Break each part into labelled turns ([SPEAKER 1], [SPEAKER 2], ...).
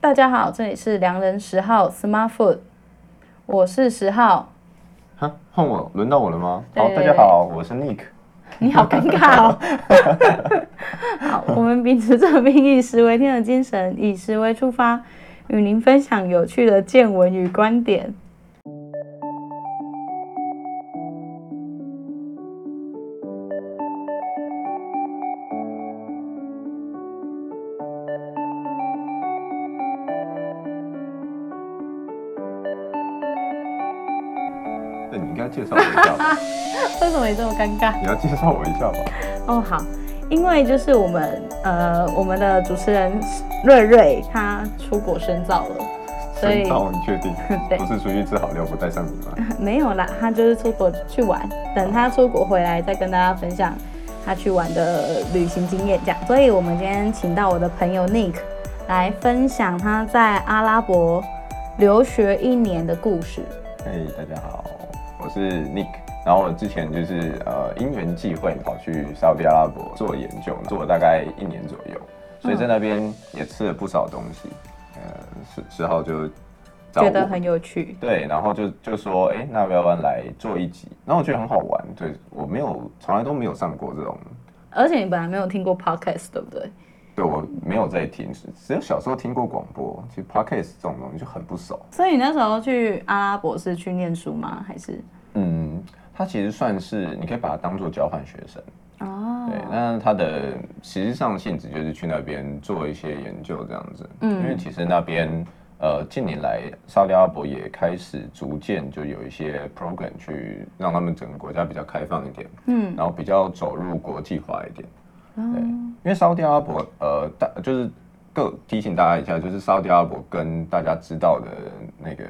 [SPEAKER 1] 大家好，这里是良人十号 Smart Food，我是十号。
[SPEAKER 2] 哈，换我，轮到我了吗？
[SPEAKER 1] 对
[SPEAKER 2] 好，大家好，我是 Nick。
[SPEAKER 1] 你好尴尬哦。 好，我们秉持着“民以食为天”的精神，以食为出发，与您分享有趣的见闻与观点。
[SPEAKER 2] 那你应该介绍我一下吧，
[SPEAKER 1] 为什么你这么尴尬？
[SPEAKER 2] 你要介绍我一下吧。
[SPEAKER 1] 哦，好，因为就是我们呃，我们的主持人瑞瑞他出国深造了，所以
[SPEAKER 2] 深造，你确定
[SPEAKER 1] 对
[SPEAKER 2] 不是出去吃好料不带上你吗？
[SPEAKER 1] 没有啦，他就是出国去玩，等他出国回来再跟大家分享他去玩的旅行经验这样。所以我们今天请到我的朋友 Nick 来分享他在阿拉伯留学一年的故事。
[SPEAKER 2] 嘿，大家好，我是 Nick。然后我之前就是呃因缘际会跑去沙特阿拉伯做研究，做了大概一年左右，所以在那边也吃了不少东西。呃，十十号就找
[SPEAKER 1] 觉得
[SPEAKER 2] 我
[SPEAKER 1] 很有趣，
[SPEAKER 2] 对，然后就就说，哎、那要不要来做一集？然后我觉得很好玩，对我没有从来都没有上过这种，
[SPEAKER 1] 而且你本来没有听过 podcast，对不对？
[SPEAKER 2] 对我没有在听，只只有小时候听过广播，其实 podcast 这种东西就很不熟。
[SPEAKER 1] 所以你那时候去阿拉伯是去念书吗？还是？
[SPEAKER 2] 嗯，它其实算是你可以把它当做交换学生，
[SPEAKER 1] 哦
[SPEAKER 2] 对，那它的实际上性质就是去那边做一些研究这样子，
[SPEAKER 1] 嗯
[SPEAKER 2] 因为其实那边。呃，近年来，沙特阿拉伯也开始逐渐就有一些 program 去让他们整个国家比较开放一点，
[SPEAKER 1] 嗯，
[SPEAKER 2] 然后比较走入国际化一点。对
[SPEAKER 1] 哦，
[SPEAKER 2] 因为沙特阿拉伯，呃，大就是各提醒大家一下，就是沙特阿拉伯跟大家知道的那个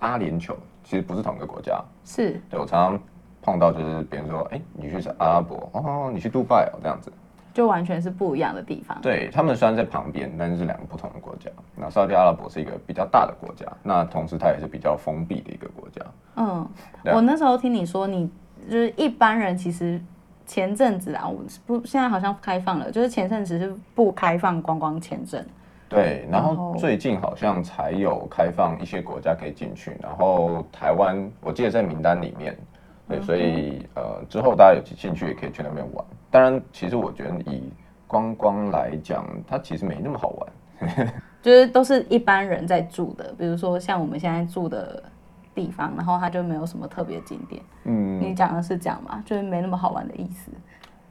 [SPEAKER 2] 阿联酋其实不是同一个国家。
[SPEAKER 1] 是
[SPEAKER 2] 对我常常碰到，就是别人说，哎、你去阿拉伯，哦，你去杜拜哦，这样子。
[SPEAKER 1] 就完全是不一样的地方。
[SPEAKER 2] 对他们虽然在旁边，但是是两个不同的国家。那沙特阿拉伯是一个比较大的国家，那同时它也是比较封闭的一个国家。
[SPEAKER 1] 嗯，
[SPEAKER 2] 对啊
[SPEAKER 1] 我那时候听你说，你就是一般人其实前阵子啊，我不现在好像开放了，就是前阵子是不开放观光签证。
[SPEAKER 2] 对，然
[SPEAKER 1] 然后
[SPEAKER 2] 后最近好像才有开放一些国家可以进去，然后台湾我记得在名单里面，对，所以呃之后大家有兴趣也可以去那边玩。当然，其实我觉得以观光来讲，它其实没那么好玩。
[SPEAKER 1] 就是都是一般人在住的，比如说像我们现在住的地方，然后它就没有什么特别景点。
[SPEAKER 2] 嗯，
[SPEAKER 1] 你讲的是这样嘛，就是没那么好玩的意思。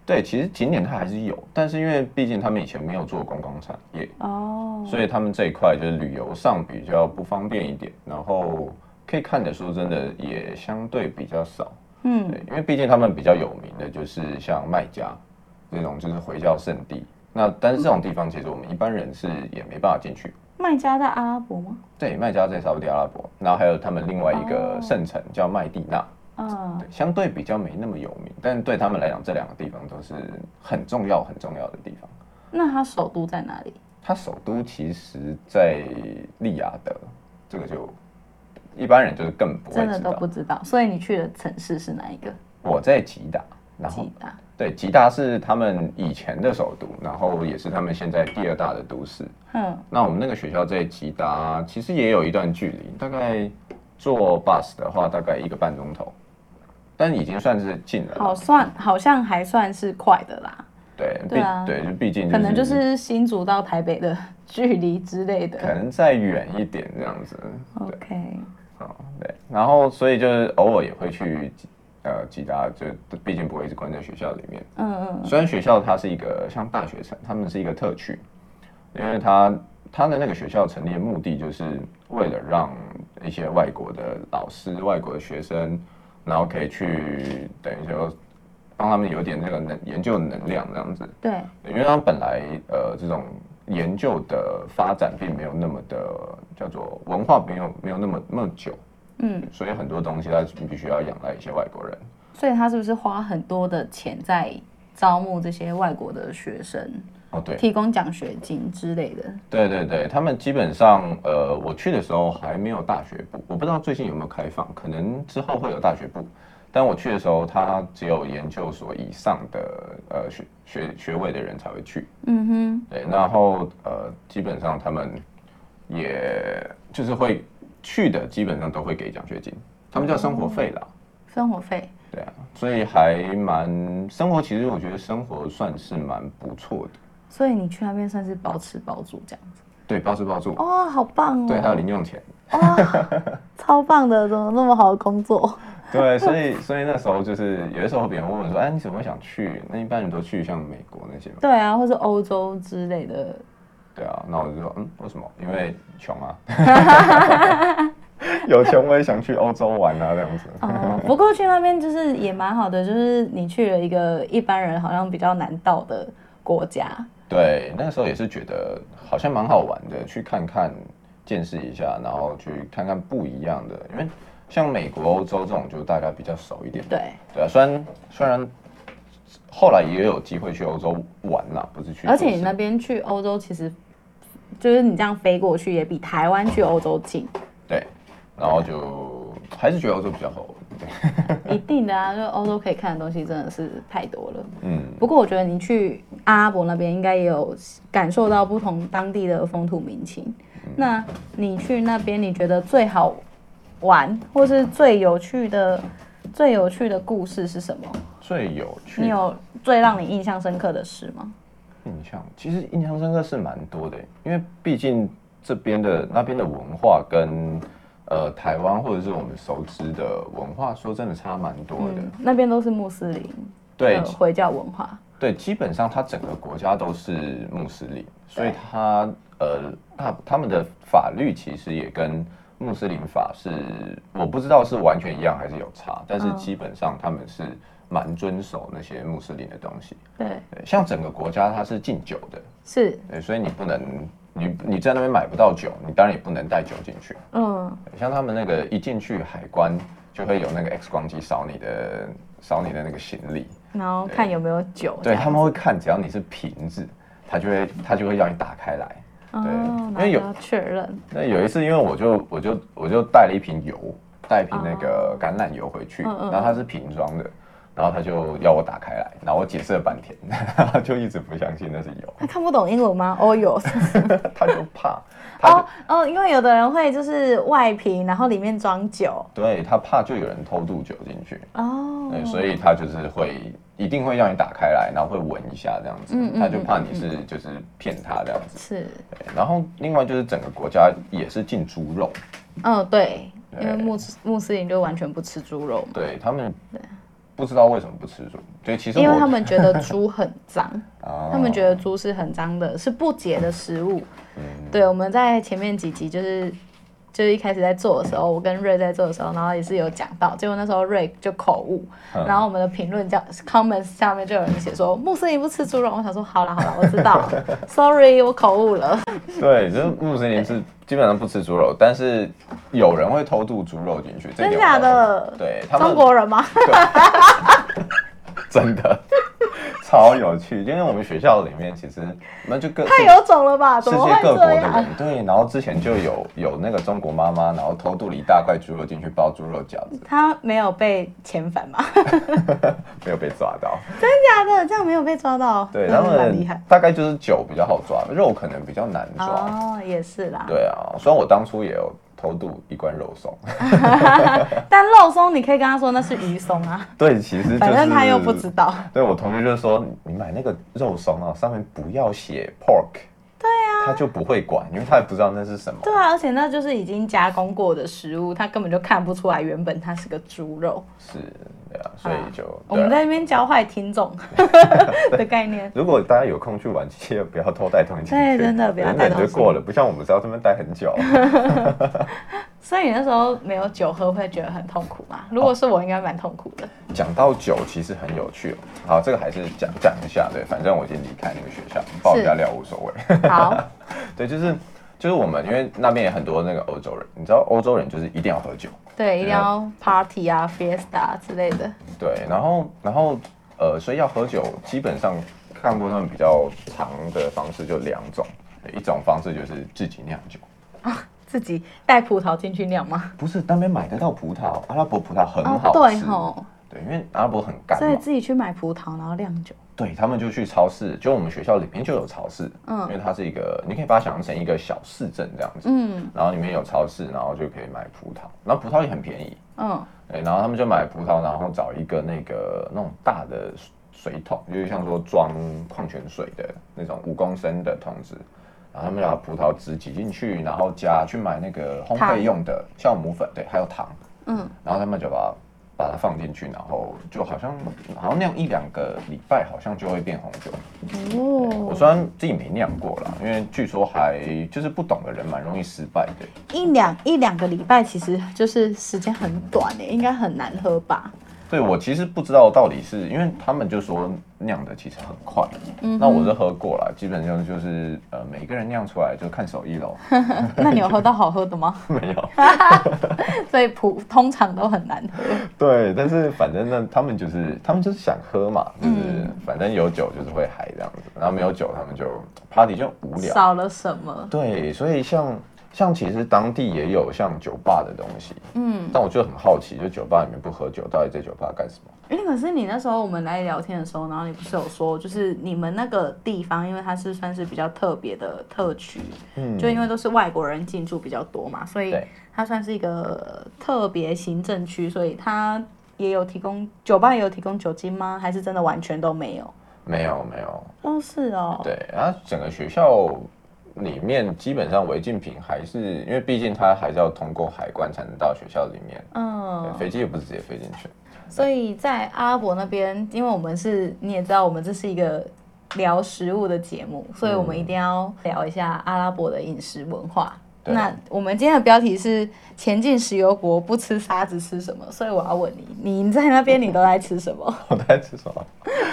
[SPEAKER 2] 对，其实景点它还是有，但是因为毕竟他们以前没有做观光产业，
[SPEAKER 1] 哦，
[SPEAKER 2] 所以他们这一块就是旅游上比较不方便一点，然后可以看的书真的也相对比较少。
[SPEAKER 1] 嗯，
[SPEAKER 2] 对，因为毕竟他们比较有名的就是像麦加这种就是回教圣地，那但是这种地方其实我们一般人是也没办法进去。
[SPEAKER 1] 卖家在阿拉伯吗？
[SPEAKER 2] 对，麦加在沙特阿拉伯，然后还有他们另外一个
[SPEAKER 1] 哦
[SPEAKER 2] 圣城叫麦地那，
[SPEAKER 1] 啊、
[SPEAKER 2] 对，相对比较没那么有名，但对他们来讲，这两个地方都是很重要很重要的地方。
[SPEAKER 1] 那它首都在哪里？
[SPEAKER 2] 它首都其实在利雅得，这个就一般人就是更不会
[SPEAKER 1] 真的
[SPEAKER 2] 知
[SPEAKER 1] 都
[SPEAKER 2] 道
[SPEAKER 1] 不。知道。所以你去的城市是哪一个？
[SPEAKER 2] 我在吉达，然后
[SPEAKER 1] 吉达。
[SPEAKER 2] 对，吉达是他们以前的首都，然后也是他们现在第二大的都市。
[SPEAKER 1] 嗯，
[SPEAKER 2] 那我们那个学校在吉达其实也有一段距离，大概坐 bus 的话大概一个半钟头，但已经算是近了啦。
[SPEAKER 1] 好算好像还算是快的啦。
[SPEAKER 2] 对，毕
[SPEAKER 1] 对啊
[SPEAKER 2] 对，就毕竟、
[SPEAKER 1] 可能就是新竹到台北的 距离之类
[SPEAKER 2] 可
[SPEAKER 1] 的。
[SPEAKER 2] 能再远一点这样子。
[SPEAKER 1] OK，
[SPEAKER 2] 哦，对，然后所以就是偶尔也会去吉呃吉达，就毕竟不会一直关在学校里面。
[SPEAKER 1] 嗯嗯，
[SPEAKER 2] 虽然学校它是一个像大学城，他们是一个特区，因为它它的那个学校成立的目的就是为了让一些外国的老师、外国的学生，然后可以去等于说帮他们有点这个能研究的能量这样子，
[SPEAKER 1] 对，
[SPEAKER 2] 因为他们本来呃这种。研究的发展并没有那么的叫做文化没有没有那么那么久，
[SPEAKER 1] 嗯，
[SPEAKER 2] 所以很多东西它必须要仰赖一些外国人。
[SPEAKER 1] 所以他是不是花很多的钱在招募这些外国的学生，
[SPEAKER 2] 哦，对，
[SPEAKER 1] 提供奖学金之类的？
[SPEAKER 2] 对对对，他们基本上，呃，我去的时候还没有大学部，我不知道最近有没有开放，可能之后会有大学部。但我去的时候，他只有研究所以上的呃学学学位的人才会去。
[SPEAKER 1] 嗯
[SPEAKER 2] 对，然后呃，基本上他们也就是会去的基本上都会给奖学金，他们叫生活费啦，
[SPEAKER 1] 生活费，
[SPEAKER 2] 对啊，所以还蛮生活，其实我觉得生活算是蛮不错的，
[SPEAKER 1] 所以你去那边算是包吃包住这样子。
[SPEAKER 2] 对，包吃包住，
[SPEAKER 1] 哦，好棒哦！
[SPEAKER 2] 对，还有零用钱，
[SPEAKER 1] 超棒的，怎么那么好的工作？
[SPEAKER 2] 对，所以所以那时候就是有的时候别人问我说，哎，你怎么会想去？那一般人都去像美国那些嘛，
[SPEAKER 1] 对啊，或是欧洲之类的。
[SPEAKER 2] 对啊，那我就说，嗯，为什么？因为穷啊，有钱我也想去欧洲玩啊，这样子。
[SPEAKER 1] 哦，不过去那边就是也蛮好的，就是你去了一个一般人好像比较难到的国家。
[SPEAKER 2] 对，啊那个时候也是觉得好像蛮好玩的，去看看、见识一下，然后去看看不一样的。因为像美国、欧洲这种，就大家比较熟一点。
[SPEAKER 1] 对，
[SPEAKER 2] 对啊，虽然虽然后来也有机会去欧洲玩啦，不是去做
[SPEAKER 1] 而
[SPEAKER 2] 事，
[SPEAKER 1] 且你那边去欧洲，其实就是你这样飞过去，也比台湾去欧洲近，
[SPEAKER 2] 对，然后就还是觉得欧洲比较好玩。对
[SPEAKER 1] 一定的啊，就欧洲可以看的东西真的是太多了。
[SPEAKER 2] 嗯，
[SPEAKER 1] 不过我觉得你去阿拉伯那边应该也有感受到不同当地的风土民情。
[SPEAKER 2] 嗯
[SPEAKER 1] 那你去那边，你觉得最好玩或是最有趣的、最有趣的故事是什么？
[SPEAKER 2] 最有趣
[SPEAKER 1] 你有最让你印象深刻的事吗？
[SPEAKER 2] 印象，其实印象深刻是蛮多的，因为毕竟这边的那边的文化跟呃台湾或者是我们熟知的文化，说真的差蛮多的。
[SPEAKER 1] 嗯，那边都是穆斯林
[SPEAKER 2] 对
[SPEAKER 1] 的回教文化，
[SPEAKER 2] 对，基本上它整个国家都是穆斯林，所以它呃，他他们的法律其实也跟穆斯林法是，我不知道是完全一样还是有差，但是
[SPEAKER 1] 嗯
[SPEAKER 2] 基本上他们是蛮遵守那些穆斯林的东西。
[SPEAKER 1] 对，
[SPEAKER 2] 对，像整个国家它是禁酒的，
[SPEAKER 1] 是，
[SPEAKER 2] 对，所以你不能，你你在那边买不到酒，你当然也不能带酒进去。
[SPEAKER 1] 嗯，
[SPEAKER 2] 对像他们那个一进去海关就会有那个 X 光机扫你的扫你的那个行李，
[SPEAKER 1] 然后看有没有酒，
[SPEAKER 2] 对
[SPEAKER 1] 这样
[SPEAKER 2] 他们会看，只要你是瓶子，他就会他就会要你打开来。对
[SPEAKER 1] 哦，
[SPEAKER 2] 因
[SPEAKER 1] 然后
[SPEAKER 2] 为有
[SPEAKER 1] 要确认，
[SPEAKER 2] 那有一次，因为我就我就我就带了一瓶油，带一瓶那个橄榄油回去，
[SPEAKER 1] 哦嗯嗯
[SPEAKER 2] 然后它是瓶装的，然后他就要我打开来，然后我解释了半天， 他就一直不相信那是油，
[SPEAKER 1] 他看不懂英文吗？哦，有。
[SPEAKER 2] 他就怕，他就
[SPEAKER 1] 哦哦，因为有的人会就是外瓶，然后里面装酒
[SPEAKER 2] 对他怕就有人偷渡酒进去，
[SPEAKER 1] 哦，
[SPEAKER 2] 对，所以他就是会一定会让你打开来，然后会闻一下这样子，
[SPEAKER 1] 嗯嗯
[SPEAKER 2] 他就怕你是就是骗他这样子。
[SPEAKER 1] 是，
[SPEAKER 2] 对然后另外就是整个国家也是禁猪肉，
[SPEAKER 1] 嗯、对，
[SPEAKER 2] 对
[SPEAKER 1] 因为穆斯穆斯林就完全不吃猪肉嘛，
[SPEAKER 2] 对他们不知道为什么不吃猪，对，其实我
[SPEAKER 1] 因为他们觉得猪很脏，
[SPEAKER 2] 哦
[SPEAKER 1] 他们觉得猪是很脏的，是不洁的食物。
[SPEAKER 2] 嗯
[SPEAKER 1] 对，我们在前面几集就是。就是一开始在做的时候，我跟瑞在做的时候，然后也是有讲到，结果那时候瑞就口误，
[SPEAKER 2] 嗯
[SPEAKER 1] 然后我们的评论叫 comments 下面就有人写说穆斯林不吃猪肉，我想说好了好了，我知道了 ，sorry 我口误了。
[SPEAKER 2] 对，就是穆斯林是基本上不吃猪肉，但是有人会偷渡猪肉进去，这
[SPEAKER 1] 真
[SPEAKER 2] 有
[SPEAKER 1] 假
[SPEAKER 2] 可能
[SPEAKER 1] 的
[SPEAKER 2] 对，他们
[SPEAKER 1] 中国 人吗？
[SPEAKER 2] 真的 超有趣，因为我们学校里面其实那就更
[SPEAKER 1] 太有种了吧？
[SPEAKER 2] 世
[SPEAKER 1] 怎么
[SPEAKER 2] 界
[SPEAKER 1] 会
[SPEAKER 2] 各国
[SPEAKER 1] 这
[SPEAKER 2] 的
[SPEAKER 1] 样？
[SPEAKER 2] 人对，然后之前就有有那个中国妈妈，然后偷渡了一大块猪肉进去包猪肉饺子，
[SPEAKER 1] 他没有被遣返吗？
[SPEAKER 2] 没有被抓到。
[SPEAKER 1] 真的假的？这样没有被抓到？
[SPEAKER 2] 对，
[SPEAKER 1] 那
[SPEAKER 2] 他
[SPEAKER 1] 是蛮厉
[SPEAKER 2] 们
[SPEAKER 1] 害。
[SPEAKER 2] 大概就是酒比较好抓，肉可能比较难抓。
[SPEAKER 1] 哦，也是啦。
[SPEAKER 2] 对啊，虽然我当初也有偷渡一罐肉松， 啊
[SPEAKER 1] 但肉松，你可以跟他说那是鱼松啊，
[SPEAKER 2] 对，其实就是
[SPEAKER 1] 反正他又不知。道。
[SPEAKER 2] 对我同学就说，你买那个肉松啊，上面不要写 pork。对啊，他就不会管，因为他也不知道那是什么。
[SPEAKER 1] 对啊，而且那就是已经加工过的食物，他根本就看不出来原本它是个猪肉。
[SPEAKER 2] 是，对啊，所以就
[SPEAKER 1] 我
[SPEAKER 2] 对啊
[SPEAKER 1] 们在那边教坏听众 的概念。
[SPEAKER 2] 如果大家有空去玩，其实也不要偷带东西进去，
[SPEAKER 1] 对真的不要带
[SPEAKER 2] 远
[SPEAKER 1] 东西
[SPEAKER 2] 远就过了，不像我们是要这边待很久。
[SPEAKER 1] 所以你那时候没有酒喝，会觉得很痛苦吗？如果是我，应该蛮痛苦的。
[SPEAKER 2] 讲到酒，其实很有趣、哦。好，这个还是讲讲一下，对，反正我已经离开那个学校，报不要料无 所谓。
[SPEAKER 1] 好，
[SPEAKER 2] 对，就是就是我们，因为那边也很多那个欧洲人，你知道欧洲人就是一定要喝酒，
[SPEAKER 1] 对，一定要 party 啊、fiesta 之类的。
[SPEAKER 2] 对，然后然后呃，所以要喝酒，基本上看过他们比较常的方式就两种，对一种方式就是自己酿酒。
[SPEAKER 1] 自己带葡萄进去酿 吗？
[SPEAKER 2] 不是那边买得到葡萄，阿拉伯葡萄很
[SPEAKER 1] 哦
[SPEAKER 2] 好
[SPEAKER 1] 对
[SPEAKER 2] 吃，
[SPEAKER 1] 吼
[SPEAKER 2] 对因为阿拉伯很干
[SPEAKER 1] 所以
[SPEAKER 2] 嘛，
[SPEAKER 1] 自己去买葡萄，然后酿酒。
[SPEAKER 2] 对他们就去超市，就我们学校里面就有超市，
[SPEAKER 1] 嗯
[SPEAKER 2] 因为它是一个，你可以把它想象成一个小市镇这样子，
[SPEAKER 1] 嗯
[SPEAKER 2] 然后里面有超市，然后就可以买葡萄，然后葡萄也很便宜，
[SPEAKER 1] 嗯
[SPEAKER 2] 对，然后他们就买葡萄，然后找一个那个那种大的水桶，就是像说装矿泉水的那种五公升的桶子，然后他们把葡萄汁挤进去，然后加去买那个烘焙
[SPEAKER 1] 糖
[SPEAKER 2] 用的酵母粉，对，还有糖，
[SPEAKER 1] 嗯，
[SPEAKER 2] 然后他们就把把它放进去，然后就好像好像酿一两个礼拜，好像就会变红酒。我
[SPEAKER 1] 哦，
[SPEAKER 2] 虽然自己没酿过啦，因为据说还就是不懂的人蛮容易失败的。
[SPEAKER 1] 一两一两个礼拜其实就是时间很短诶，应该很难喝 吧？
[SPEAKER 2] 对我其实不知道到底是因为他们就说酿的其实很快，那我是喝过了，基本上就是呃每个人酿出来就看手艺喽，
[SPEAKER 1] 那你有喝到好喝的吗？
[SPEAKER 2] 没有。
[SPEAKER 1] 所以普通常都很难喝。
[SPEAKER 2] 对，但是反正呢，他们就是他们就是想喝嘛，就是
[SPEAKER 1] 嗯
[SPEAKER 2] 反正有酒就是会嗨这样子，然后没有酒他们就 party 就无聊。
[SPEAKER 1] 少了什么？
[SPEAKER 2] 对，所以像像其实当地也有像酒吧的东西，
[SPEAKER 1] 嗯，
[SPEAKER 2] 但我就很好奇，就酒吧里面不喝酒，到底在酒吧干什么？
[SPEAKER 1] 因为可是你那时候我们来聊天的时候，然后你不是有说，就是你们那个地方，因为它是算是比较特别的特区，
[SPEAKER 2] 嗯
[SPEAKER 1] 就因为都是外国人进驻比较多嘛，所以
[SPEAKER 2] 对
[SPEAKER 1] 它算是一个特别行政区，所以它也有提供酒吧也有提供酒精吗？还是真的完全都没有？
[SPEAKER 2] 没有没有，
[SPEAKER 1] 哦，是哦，
[SPEAKER 2] 对，然后整个学校里面基本上违禁品还是因为毕竟它还是要通过海关才能到学校里面，对
[SPEAKER 1] 嗯，
[SPEAKER 2] 飞机也不是直接飞进去。
[SPEAKER 1] 所以在阿拉伯那边，因为我们是你也知道，我们这是一个聊食物的节目，所以我们一定要聊一下阿拉伯的饮食文化。
[SPEAKER 2] 对
[SPEAKER 1] 那我们今天的标题是“前进石油国不吃沙子吃什么”，所以我要问你，你在那边你都在吃什 么？
[SPEAKER 2] 我在吃什么？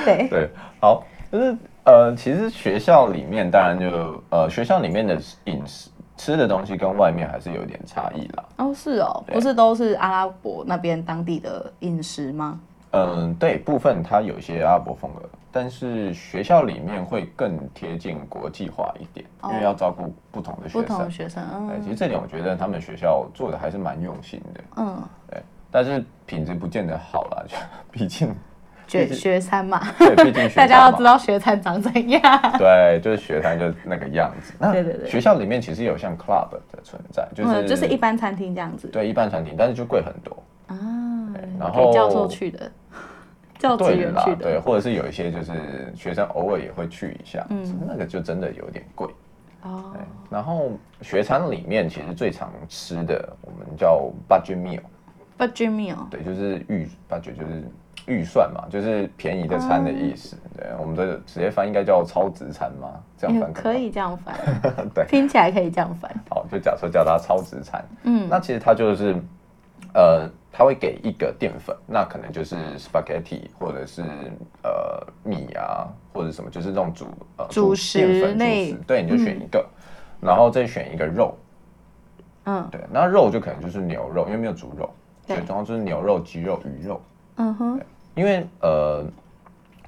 [SPEAKER 1] 对，
[SPEAKER 2] 对，好，就是呃，其实学校里面当然就呃，学校里面的饮食吃的东西跟外面还是有点差异啦。
[SPEAKER 1] 哦是哦，
[SPEAKER 2] 对
[SPEAKER 1] 不是都是阿拉伯那边当地的饮食吗？
[SPEAKER 2] 嗯，对，部分它有一些阿拉伯风格，但是学校里面会更贴近国际化一点，因为要照顾不同的
[SPEAKER 1] 哦不
[SPEAKER 2] 学
[SPEAKER 1] 同的
[SPEAKER 2] 生。
[SPEAKER 1] 学生，
[SPEAKER 2] 对，
[SPEAKER 1] 嗯
[SPEAKER 2] 其实这点我觉得他们学校做的还是蛮用心的，
[SPEAKER 1] 嗯，
[SPEAKER 2] 但是品质不见得好啦，就 毕竟
[SPEAKER 1] 学
[SPEAKER 2] 毕竟
[SPEAKER 1] 学餐嘛，
[SPEAKER 2] 对，毕竟 学
[SPEAKER 1] 大家
[SPEAKER 2] 校
[SPEAKER 1] 要
[SPEAKER 2] 嘛
[SPEAKER 1] 知道学餐长怎样。
[SPEAKER 2] 对，就是学堂就那个样子。那
[SPEAKER 1] 对对对
[SPEAKER 2] 学校里面其实有像 club 的存在，就是、
[SPEAKER 1] 嗯，就是一般餐厅这样子。
[SPEAKER 2] 对一般餐厅，但是就贵很多。
[SPEAKER 1] 啊，
[SPEAKER 2] 然
[SPEAKER 1] 给
[SPEAKER 2] 后
[SPEAKER 1] 教授去的， 教职
[SPEAKER 2] 对
[SPEAKER 1] 员
[SPEAKER 2] 啦
[SPEAKER 1] 去，的，
[SPEAKER 2] 对，或者是有一些就是学生偶尔也会去一下，
[SPEAKER 1] 嗯
[SPEAKER 2] 那个就真的有点贵。
[SPEAKER 1] 哦
[SPEAKER 2] 对，然后学餐里面其实最常吃的，我们叫 budget meal，
[SPEAKER 1] 不 d r e a m
[SPEAKER 2] 对，就是预 budget 就是预算嘛，就是便宜的餐的意思。
[SPEAKER 1] 哦
[SPEAKER 2] 对，我们的直接翻应该叫超值餐嘛，这样翻
[SPEAKER 1] 哎可以这样翻，
[SPEAKER 2] 能吗 对，
[SPEAKER 1] 听起来可以这样翻，
[SPEAKER 2] 好，就假设叫它超值餐。
[SPEAKER 1] 嗯
[SPEAKER 2] 那其实它就是，呃，它会给一个淀粉，那可能就是 spaghetti 或者是呃米啊，或者什么，就是那种主呃
[SPEAKER 1] 主
[SPEAKER 2] 淀
[SPEAKER 1] 食
[SPEAKER 2] 粉主
[SPEAKER 1] 类
[SPEAKER 2] 食，对，你就选一个，然后再选一个肉，
[SPEAKER 1] 嗯
[SPEAKER 2] 对，那肉就可能就是牛肉，因为没有猪肉，
[SPEAKER 1] 对
[SPEAKER 2] 所以主要就是牛肉、鸡肉、鱼肉，
[SPEAKER 1] 嗯哼，
[SPEAKER 2] 因为呃，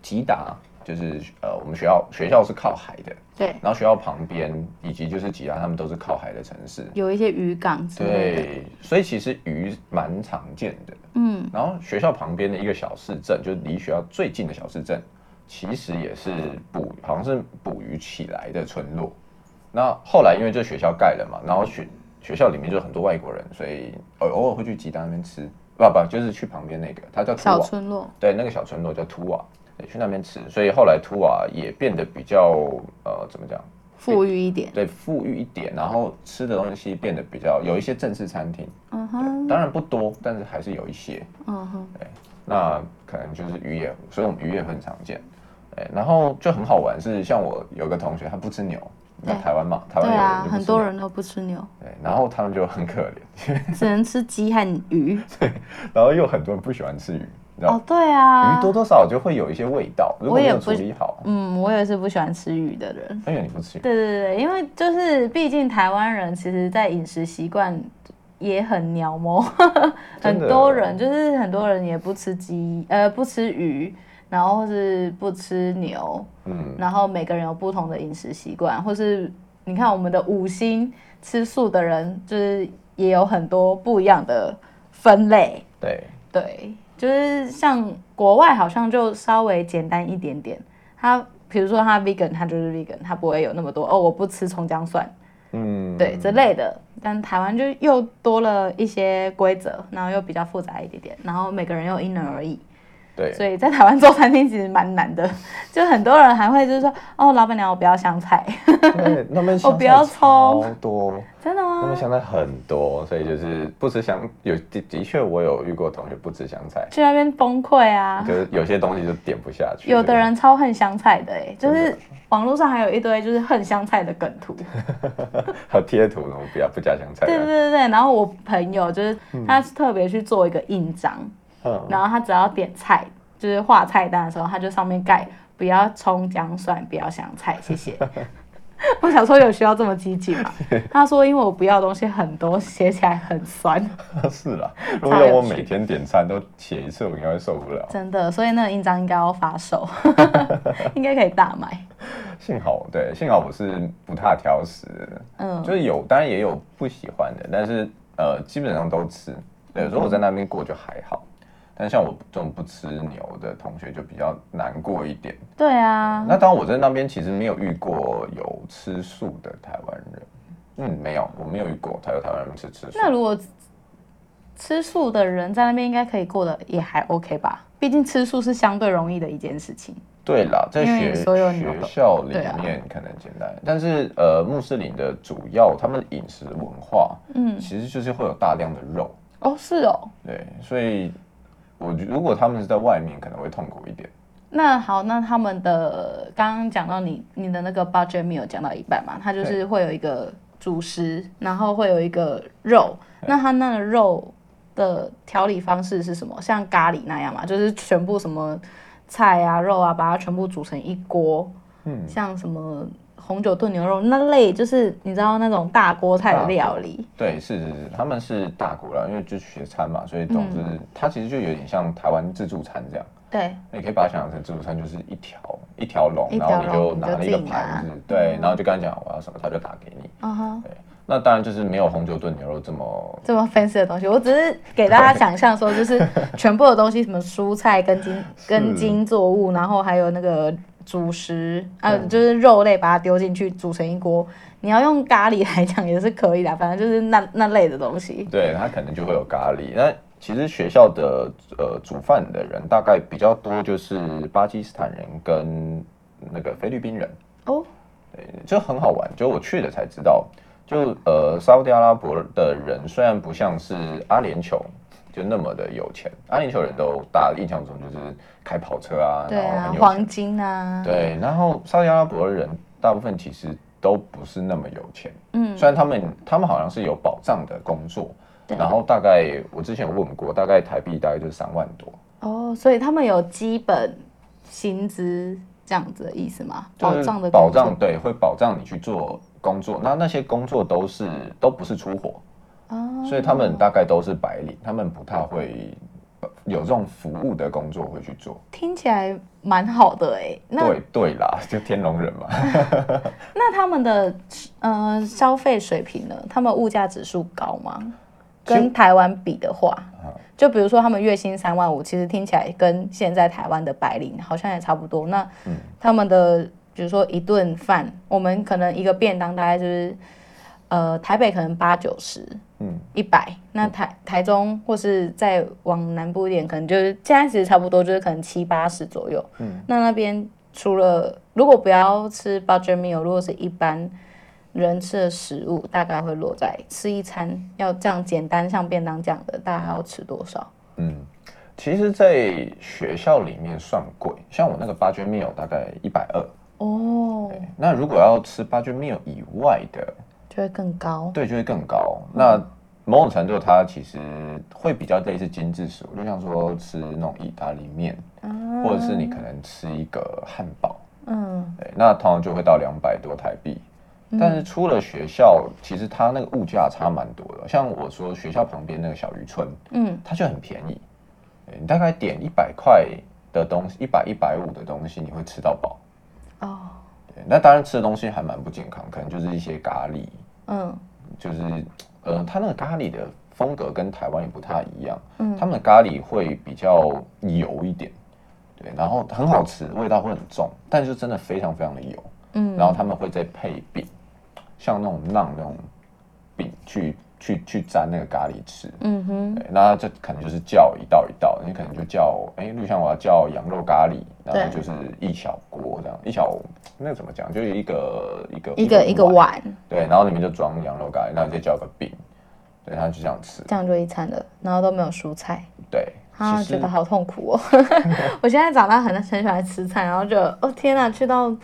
[SPEAKER 2] 吉达就是呃我们学校学校是靠海的，
[SPEAKER 1] 对，
[SPEAKER 2] 然后学校旁边以及就是吉达，他们都是靠海的城市，
[SPEAKER 1] 有一些渔港之类的，
[SPEAKER 2] 对，所以其实鱼蛮常见的。
[SPEAKER 1] 嗯，
[SPEAKER 2] 然后学校旁边的一个小市镇，就是离学校最近的小市镇，其实也是捕，好像是捕鱼起来的村落。那后来因为这学校盖了嘛，然后学学校里面就很多外国人，所以偶偶尔会去吉达那边吃，不不，就是去旁边那个，它叫图
[SPEAKER 1] 小
[SPEAKER 2] 瓦，
[SPEAKER 1] 村落，
[SPEAKER 2] 对，那个小村落叫图瓦，对，去那边吃，所以后来图瓦也变得比较呃怎么讲，
[SPEAKER 1] 富裕一点，
[SPEAKER 2] 对，富裕一点，然后吃的东西变得比较有一些正式餐厅，
[SPEAKER 1] 嗯哼，
[SPEAKER 2] 当然不多，但是还是有一些。
[SPEAKER 1] 嗯哼，
[SPEAKER 2] 那可能就是鱼也，所以我们鱼也很常见。哎，然后就很好玩是，像我有个同学他不吃牛，那
[SPEAKER 1] 对
[SPEAKER 2] 台湾嘛，台
[SPEAKER 1] 对
[SPEAKER 2] 湾有
[SPEAKER 1] 啊，
[SPEAKER 2] 人就不
[SPEAKER 1] 很
[SPEAKER 2] 吃
[SPEAKER 1] 多
[SPEAKER 2] 牛
[SPEAKER 1] 人都不吃 牛，
[SPEAKER 2] 对，然后他们就很可怜，
[SPEAKER 1] 只能吃鸡和鱼。
[SPEAKER 2] 然后又有很多人不喜欢吃鱼，你知道
[SPEAKER 1] 哦
[SPEAKER 2] 吗，，
[SPEAKER 1] 对啊
[SPEAKER 2] 鱼，多多少少就会有一些味道，如果
[SPEAKER 1] 我
[SPEAKER 2] 没
[SPEAKER 1] 也
[SPEAKER 2] 有
[SPEAKER 1] 不
[SPEAKER 2] 处理好，
[SPEAKER 1] 嗯，我也是不喜欢吃鱼的人。
[SPEAKER 2] 因为你不吃鱼，
[SPEAKER 1] 对对对，因为就是毕竟台湾人其实，在饮食习惯也很鸟 毛，很
[SPEAKER 2] 真的
[SPEAKER 1] 多人就是很多人也不吃鸡，呃，不吃鱼，然后或是不吃牛，
[SPEAKER 2] 嗯，
[SPEAKER 1] 然后每个人有不同的饮食习惯，或是你看我们的五星吃素的人，就是也有很多不一样的分类，
[SPEAKER 2] 对，
[SPEAKER 1] 对，就是像国外好像就稍微简单一点点，他比如说他 vegan，他就是 vegan，他不会有那么多哦，我不吃葱姜蒜，
[SPEAKER 2] 嗯，
[SPEAKER 1] 对之类的。但台湾就又多了一些规则，然后又比较复杂一点点，然后每个人又因人而异，
[SPEAKER 2] 对，
[SPEAKER 1] 所以在台湾做餐厅其实蛮难的，就很多人还会就是说，哦，老板娘我不要香菜，
[SPEAKER 2] 对那 边
[SPEAKER 1] 我哦不要
[SPEAKER 2] 葱
[SPEAKER 1] 葱
[SPEAKER 2] 超多，
[SPEAKER 1] 真的
[SPEAKER 2] 那
[SPEAKER 1] 吗？
[SPEAKER 2] 边香菜很多，所以就是不吃香，有的的确我有遇过同学不吃香菜，
[SPEAKER 1] 去那边崩溃啊！
[SPEAKER 2] 就是有些东西就点不下去。
[SPEAKER 1] 有的 人超恨香菜的哎、就
[SPEAKER 2] 真的
[SPEAKER 1] 是网络上还有一堆就是恨香菜的梗图，
[SPEAKER 2] 还有贴图呢，我不要不加香菜啊
[SPEAKER 1] 对对
[SPEAKER 2] 的，
[SPEAKER 1] 对对。然后我朋友就是他特别去做一个印章，
[SPEAKER 2] 嗯，
[SPEAKER 1] 然后他只要点菜，就是画菜单的时候，他就上面盖不要葱姜蒜，不要香菜，谢谢。我想说有需要这么激进吗？他说因为我不要的东西很多，写起来很酸，
[SPEAKER 2] 是啦。如果我每天点餐都写一次，我应该会受不了。
[SPEAKER 1] 真的。所以那个印章应该要发售， 应该可以大卖。
[SPEAKER 2] 幸好对，幸好我是不太挑食的人，
[SPEAKER 1] 嗯，
[SPEAKER 2] 就是有，当然也有不喜欢的，但是呃，基本上都吃。对，如果我在那边过就还好，但像我这种不吃牛的同学就比较难过一点。
[SPEAKER 1] 对啊，
[SPEAKER 2] 那当然我在那边其实没有遇过有吃素的台湾人，嗯，没有，我没有遇过，台有台湾人吃吃素。
[SPEAKER 1] 那如果吃素的人在那边应该可以过得也还 OK 吧？毕竟吃素是相对容易的一件事情。
[SPEAKER 2] 对啦，在
[SPEAKER 1] 因为
[SPEAKER 2] 学
[SPEAKER 1] 所有牛
[SPEAKER 2] 学
[SPEAKER 1] 都
[SPEAKER 2] 校里
[SPEAKER 1] 对啊
[SPEAKER 2] 面可能简单，但是呃，穆斯林的主要他们的饮食文化，嗯，其实就是会有大量的肉，
[SPEAKER 1] 哦，是哦。
[SPEAKER 2] 对，所以我觉如果他们是在外面，可能会痛苦一点。
[SPEAKER 1] 那好，那他们的刚刚讲到你你的那个 budget meal 讲到一半嘛，它就是会有一个主食，然后会有一个肉。那它那个肉的调理方式是什么？像咖喱那样嘛，就是全部什么菜啊、肉啊，把它全部煮成一锅。
[SPEAKER 2] 嗯，
[SPEAKER 1] 像什么红酒炖牛肉那类，就是你知道那种大锅菜的料理。
[SPEAKER 2] 对，是是是，他们是大骨啦，因为就是学餐嘛，所以总之、
[SPEAKER 1] 嗯
[SPEAKER 2] 它其实就有点像台湾自助餐这样，
[SPEAKER 1] 对，
[SPEAKER 2] 你可以把它想象成自助餐就是一条一条龙，
[SPEAKER 1] 一
[SPEAKER 2] 然
[SPEAKER 1] 条
[SPEAKER 2] 后你
[SPEAKER 1] 龙
[SPEAKER 2] 就
[SPEAKER 1] 你
[SPEAKER 2] 拿
[SPEAKER 1] 就啊
[SPEAKER 2] 了
[SPEAKER 1] 自
[SPEAKER 2] 一个
[SPEAKER 1] 己拿
[SPEAKER 2] 盘子，
[SPEAKER 1] 嗯
[SPEAKER 2] 对，然后就跟他讲我要什么，他就打给你。
[SPEAKER 1] 啊哈，
[SPEAKER 2] 那当然就是没有红酒炖牛肉这么
[SPEAKER 1] 这么 fancy 的东西，我只是给大家想象说，就是 全部的东西，什么蔬菜、根茎、根茎作物，然后还有那个主食，还
[SPEAKER 2] 哦
[SPEAKER 1] 有就是肉类，把它丢进去煮成一锅。你要用咖喱来讲也是可以的，啊反正就是那那类的东西。
[SPEAKER 2] 对，它可能就会有咖喱。那其实学校的呃煮饭的人大概比较多，就是巴基斯坦人跟那个菲律宾人，
[SPEAKER 1] 哦，
[SPEAKER 2] 就很好玩。就我去了才知道，就呃沙烏地阿拉伯的人虽然不像是阿联酋。就那么的有钱，阿联酋人都大家印象中就是开跑车啊，
[SPEAKER 1] 对
[SPEAKER 2] 然后
[SPEAKER 1] 啊
[SPEAKER 2] 很，有钱。
[SPEAKER 1] 黄金啊，
[SPEAKER 2] 对，然后沙特阿拉伯人大部分其实都不是那么有钱，
[SPEAKER 1] 嗯，
[SPEAKER 2] 虽然他们他们好像是有保障的工作，
[SPEAKER 1] 对
[SPEAKER 2] 然后大概我之前有问过，大概台币大概就是三万多，
[SPEAKER 1] 哦，所以他们有基本薪资这样子的意思吗？保障
[SPEAKER 2] 就是
[SPEAKER 1] 的
[SPEAKER 2] 保
[SPEAKER 1] 工作
[SPEAKER 2] 障对，会保障你去做工作，那那些工作都是都不是出活，
[SPEAKER 1] 哦，
[SPEAKER 2] 所以他们大概都是白领，他们不太会呃有这种服务的工作会去做。
[SPEAKER 1] 听起来蛮好的哎、那
[SPEAKER 2] 对对啦，就天龙人嘛，
[SPEAKER 1] 那他们的呃消费水平呢？他们物价指数高吗？
[SPEAKER 2] 其实啊
[SPEAKER 1] 跟台湾比的话，就比如说他们月薪三万五，其实听起来跟现在台湾的白领好像也差不多。那
[SPEAKER 2] 嗯
[SPEAKER 1] 他们的比如说一顿饭，我们可能一个便当大概就是呃台北可能八九十，
[SPEAKER 2] 嗯，
[SPEAKER 1] 一百，那台台中或是再往南部一点，可能就是现在其实差不多就是可能七八十左右。嗯，那那边除了如果不要吃 budget meal，如果是一般人吃的食物，大概会落在吃一餐要这样简单像便当这样的，大概要吃多少？
[SPEAKER 2] 嗯，其实，在学校里面算贵，像我那个八卷 meal 大概一百二。
[SPEAKER 1] 哦，
[SPEAKER 2] 那如果要吃八卷 meal 以外的，
[SPEAKER 1] 就会更高。
[SPEAKER 2] 对，就会更高。那某种程度，它其实会比较类似精致食物，就像说吃那种意大利面，
[SPEAKER 1] 啊
[SPEAKER 2] 或者是你可能吃一个汉堡，
[SPEAKER 1] 嗯，
[SPEAKER 2] 对，那通常就会到两百多台币。但是出了学校，其实它那个物价差蛮多的。像我说学校旁边那个小渔村，
[SPEAKER 1] 嗯，
[SPEAKER 2] 它就很便宜，对你大概点一百块的东西，一百一百五的东西，你会吃到饱。
[SPEAKER 1] 哦，
[SPEAKER 2] 对，那当然吃的东西还蛮不健康，可能就是一些咖喱，
[SPEAKER 1] 嗯，
[SPEAKER 2] 就是呃，它那个咖喱的风格跟台湾也不太一样，嗯，他们的咖喱会比较油一点，对，然后很好吃，味道会很重，但是真的非常非常的油。
[SPEAKER 1] 嗯，
[SPEAKER 2] 然后他们会再配饼，像那种馕那种饼去去去沾那个咖喱吃。
[SPEAKER 1] 嗯哼，
[SPEAKER 2] 对，那这可能就是叫一道一道，你可能就叫哎，绿香我要叫羊肉咖喱，然
[SPEAKER 1] 对
[SPEAKER 2] 后就是一小锅这样，一小那个怎么讲，就是一个一个
[SPEAKER 1] 一个一个
[SPEAKER 2] 碗，
[SPEAKER 1] 碗，
[SPEAKER 2] 对，然后里面就装羊肉咖喱，然后你再叫个饼，对，他就这样吃，
[SPEAKER 1] 这样就一餐了，然后都没有蔬菜。
[SPEAKER 2] 对，
[SPEAKER 1] 啊，
[SPEAKER 2] 其
[SPEAKER 1] 觉
[SPEAKER 2] 实
[SPEAKER 1] 得好痛苦哦！ 我现在长大很很喜欢吃菜，然后就哦天哪，去到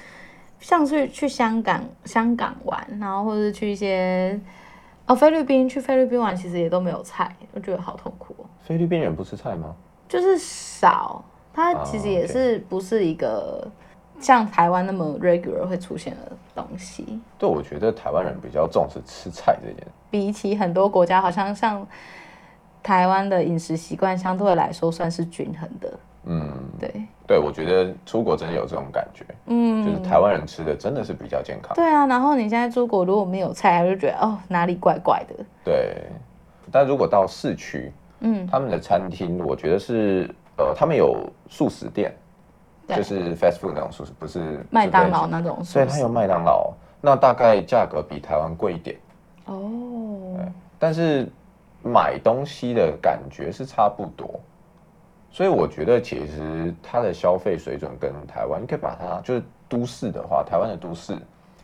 [SPEAKER 1] 像是去香港香港玩，然后或者去一些哦菲律宾去菲律宾玩，其实也都没有菜，我觉得好痛苦哦，
[SPEAKER 2] 菲律宾人不吃菜吗？
[SPEAKER 1] 就是少，它
[SPEAKER 2] 哦
[SPEAKER 1] 其实也
[SPEAKER 2] OK
[SPEAKER 1] 是不是一个像台湾那么 regular 会出现的东西。
[SPEAKER 2] 对，我觉得台湾人比较重视吃菜这件，
[SPEAKER 1] 比起很多国家，好像像台湾的饮食习惯相对来说算是均衡的，
[SPEAKER 2] 嗯，
[SPEAKER 1] 对。
[SPEAKER 2] 对，我觉得出国真的有这种感觉，
[SPEAKER 1] 嗯，
[SPEAKER 2] 就是台湾人吃的真的是比较健康，
[SPEAKER 1] 对啊，然后你现在出国如果没有菜，他就觉得哦哪里怪怪的。
[SPEAKER 2] 对，但如果到市区，
[SPEAKER 1] 嗯，
[SPEAKER 2] 他们的餐厅，我觉得是呃，他们有素食店，
[SPEAKER 1] 对
[SPEAKER 2] 就是 fast food 那种素食，不是
[SPEAKER 1] 麦当劳，那种
[SPEAKER 2] 所
[SPEAKER 1] 是
[SPEAKER 2] 以
[SPEAKER 1] 不
[SPEAKER 2] 它
[SPEAKER 1] 是
[SPEAKER 2] 有麦当劳，那大概价格比台湾贵一点，
[SPEAKER 1] 哦，
[SPEAKER 2] 但是买东西的感觉是差不多，所以我觉得其实它的消费水准跟台湾，你可以把它就是都市的话，台湾的都市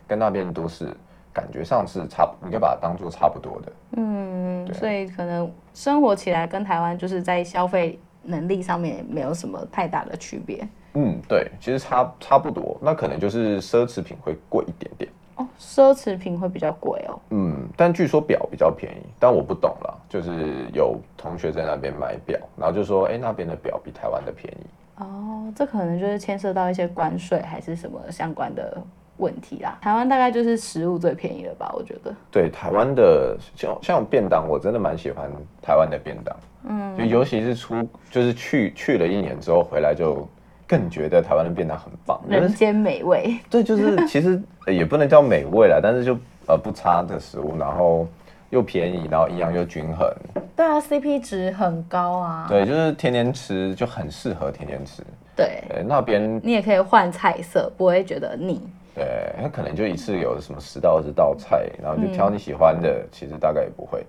[SPEAKER 2] 跟那边的都市感觉上是差不，你可以把它当做差不多的，
[SPEAKER 1] 嗯，
[SPEAKER 2] 对
[SPEAKER 1] 所以可能生活起来跟台湾就是在消费能力上面也没有什么太大的区别。
[SPEAKER 2] 嗯，对，其实差差不多，那可能就是奢侈品会贵一点点。
[SPEAKER 1] 哦，奢侈品会比较贵哦。
[SPEAKER 2] 嗯，但据说表比较便宜，但我不懂啦。就是有同学在那边买表，然后就说，哎、那边的表比台湾的便宜。
[SPEAKER 1] 哦，这可能就是牵涉到一些关税还是什么相关的问题啦。台湾大概就是食物最便宜了吧？我觉得。
[SPEAKER 2] 对，台湾的像像便当，我真的蛮喜欢台湾的便当。嗯，就尤其是出就是去去了一年之后回来，就更觉得台湾的便当很棒。
[SPEAKER 1] 人间美味，
[SPEAKER 2] 对，就是其实呃也不能叫美味啦，但是就呃不差的食物，然后又便宜，然后营养又均衡。
[SPEAKER 1] 对啊，CP 值很高啊。
[SPEAKER 2] 对，就是天天吃就很适合天天吃。
[SPEAKER 1] 对，
[SPEAKER 2] 对，那边
[SPEAKER 1] 你也可以换菜色，不会觉得腻。
[SPEAKER 2] 对，他可能就一次有什么十到二十道菜，然后就挑你喜欢的，其实大概也不会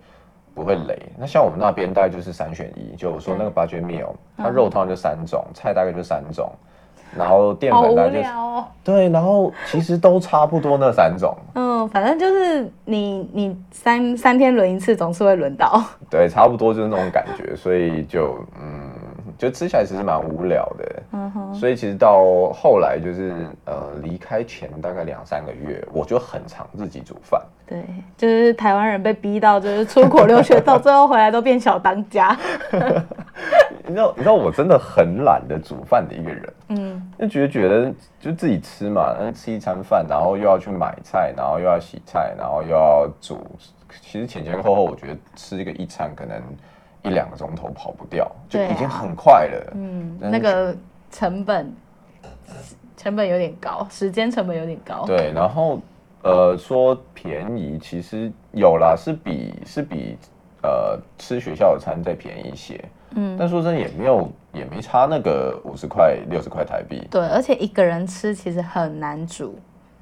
[SPEAKER 2] 不会累。那像我们那边大概就是三选一，就我说那个 budget meal，它哦肉汤就三种，菜大概就三种，然后淀
[SPEAKER 1] 好
[SPEAKER 2] 粉
[SPEAKER 1] 无
[SPEAKER 2] 大概就是、
[SPEAKER 1] 聊哦。
[SPEAKER 2] 对，然后其实都差不多那三种，
[SPEAKER 1] 嗯，反正就是你你三三天轮一次，总是会轮 到。
[SPEAKER 2] 对，差不多就是那种感觉，所以就嗯，就吃起来其实蛮无聊的。
[SPEAKER 1] 嗯哼，
[SPEAKER 2] 所以其实到后来就是呃离开前大概两三个月，我就很常自己煮饭。
[SPEAKER 1] 对，就是台湾人被逼到，就是出国留学到最后回来都变小当 家。
[SPEAKER 2] 你知道，你知道我真的很懒得煮饭的一个人，
[SPEAKER 1] 嗯，
[SPEAKER 2] 就觉得觉得就自己吃嘛，嗯吃一餐饭，然后又要去买菜，然后又要洗菜，然后又要煮。其实前前后后，我觉得吃个一餐可能一两个钟头跑不掉，就
[SPEAKER 1] 对啊
[SPEAKER 2] 已经很快了。嗯，
[SPEAKER 1] 那个成本成本有点高，时间成本有点高。
[SPEAKER 2] 对，然后呃说便宜，其实有啦，是比是比呃吃学校的餐再便宜一些。嗯，但说真的也没有也没差那个五十块六十块台币。
[SPEAKER 1] 对，而且一个人吃其实很难煮。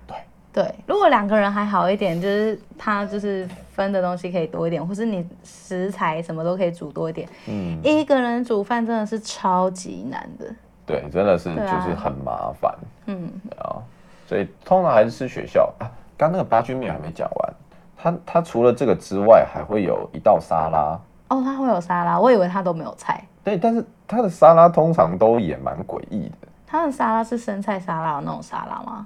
[SPEAKER 2] 对
[SPEAKER 1] 对，如果两个人还好一点，就是他就是分的东西可以多一点，或是你食材什么都可以煮多一点。嗯，一个人煮饭真的是超级难的。
[SPEAKER 2] 对，真的是就
[SPEAKER 1] 对啊
[SPEAKER 2] 是很麻烦
[SPEAKER 1] 嗯，
[SPEAKER 2] 啊，所以通常还是吃学校啊。刚那个八菌面还没讲完，它它除了这个之外，还会有一道沙拉。
[SPEAKER 1] 哦，它会有沙拉，我以为它都没有菜。
[SPEAKER 2] 对，但是它的沙拉通常都也蛮诡异的。
[SPEAKER 1] 它的沙拉是生菜沙拉那种沙拉吗？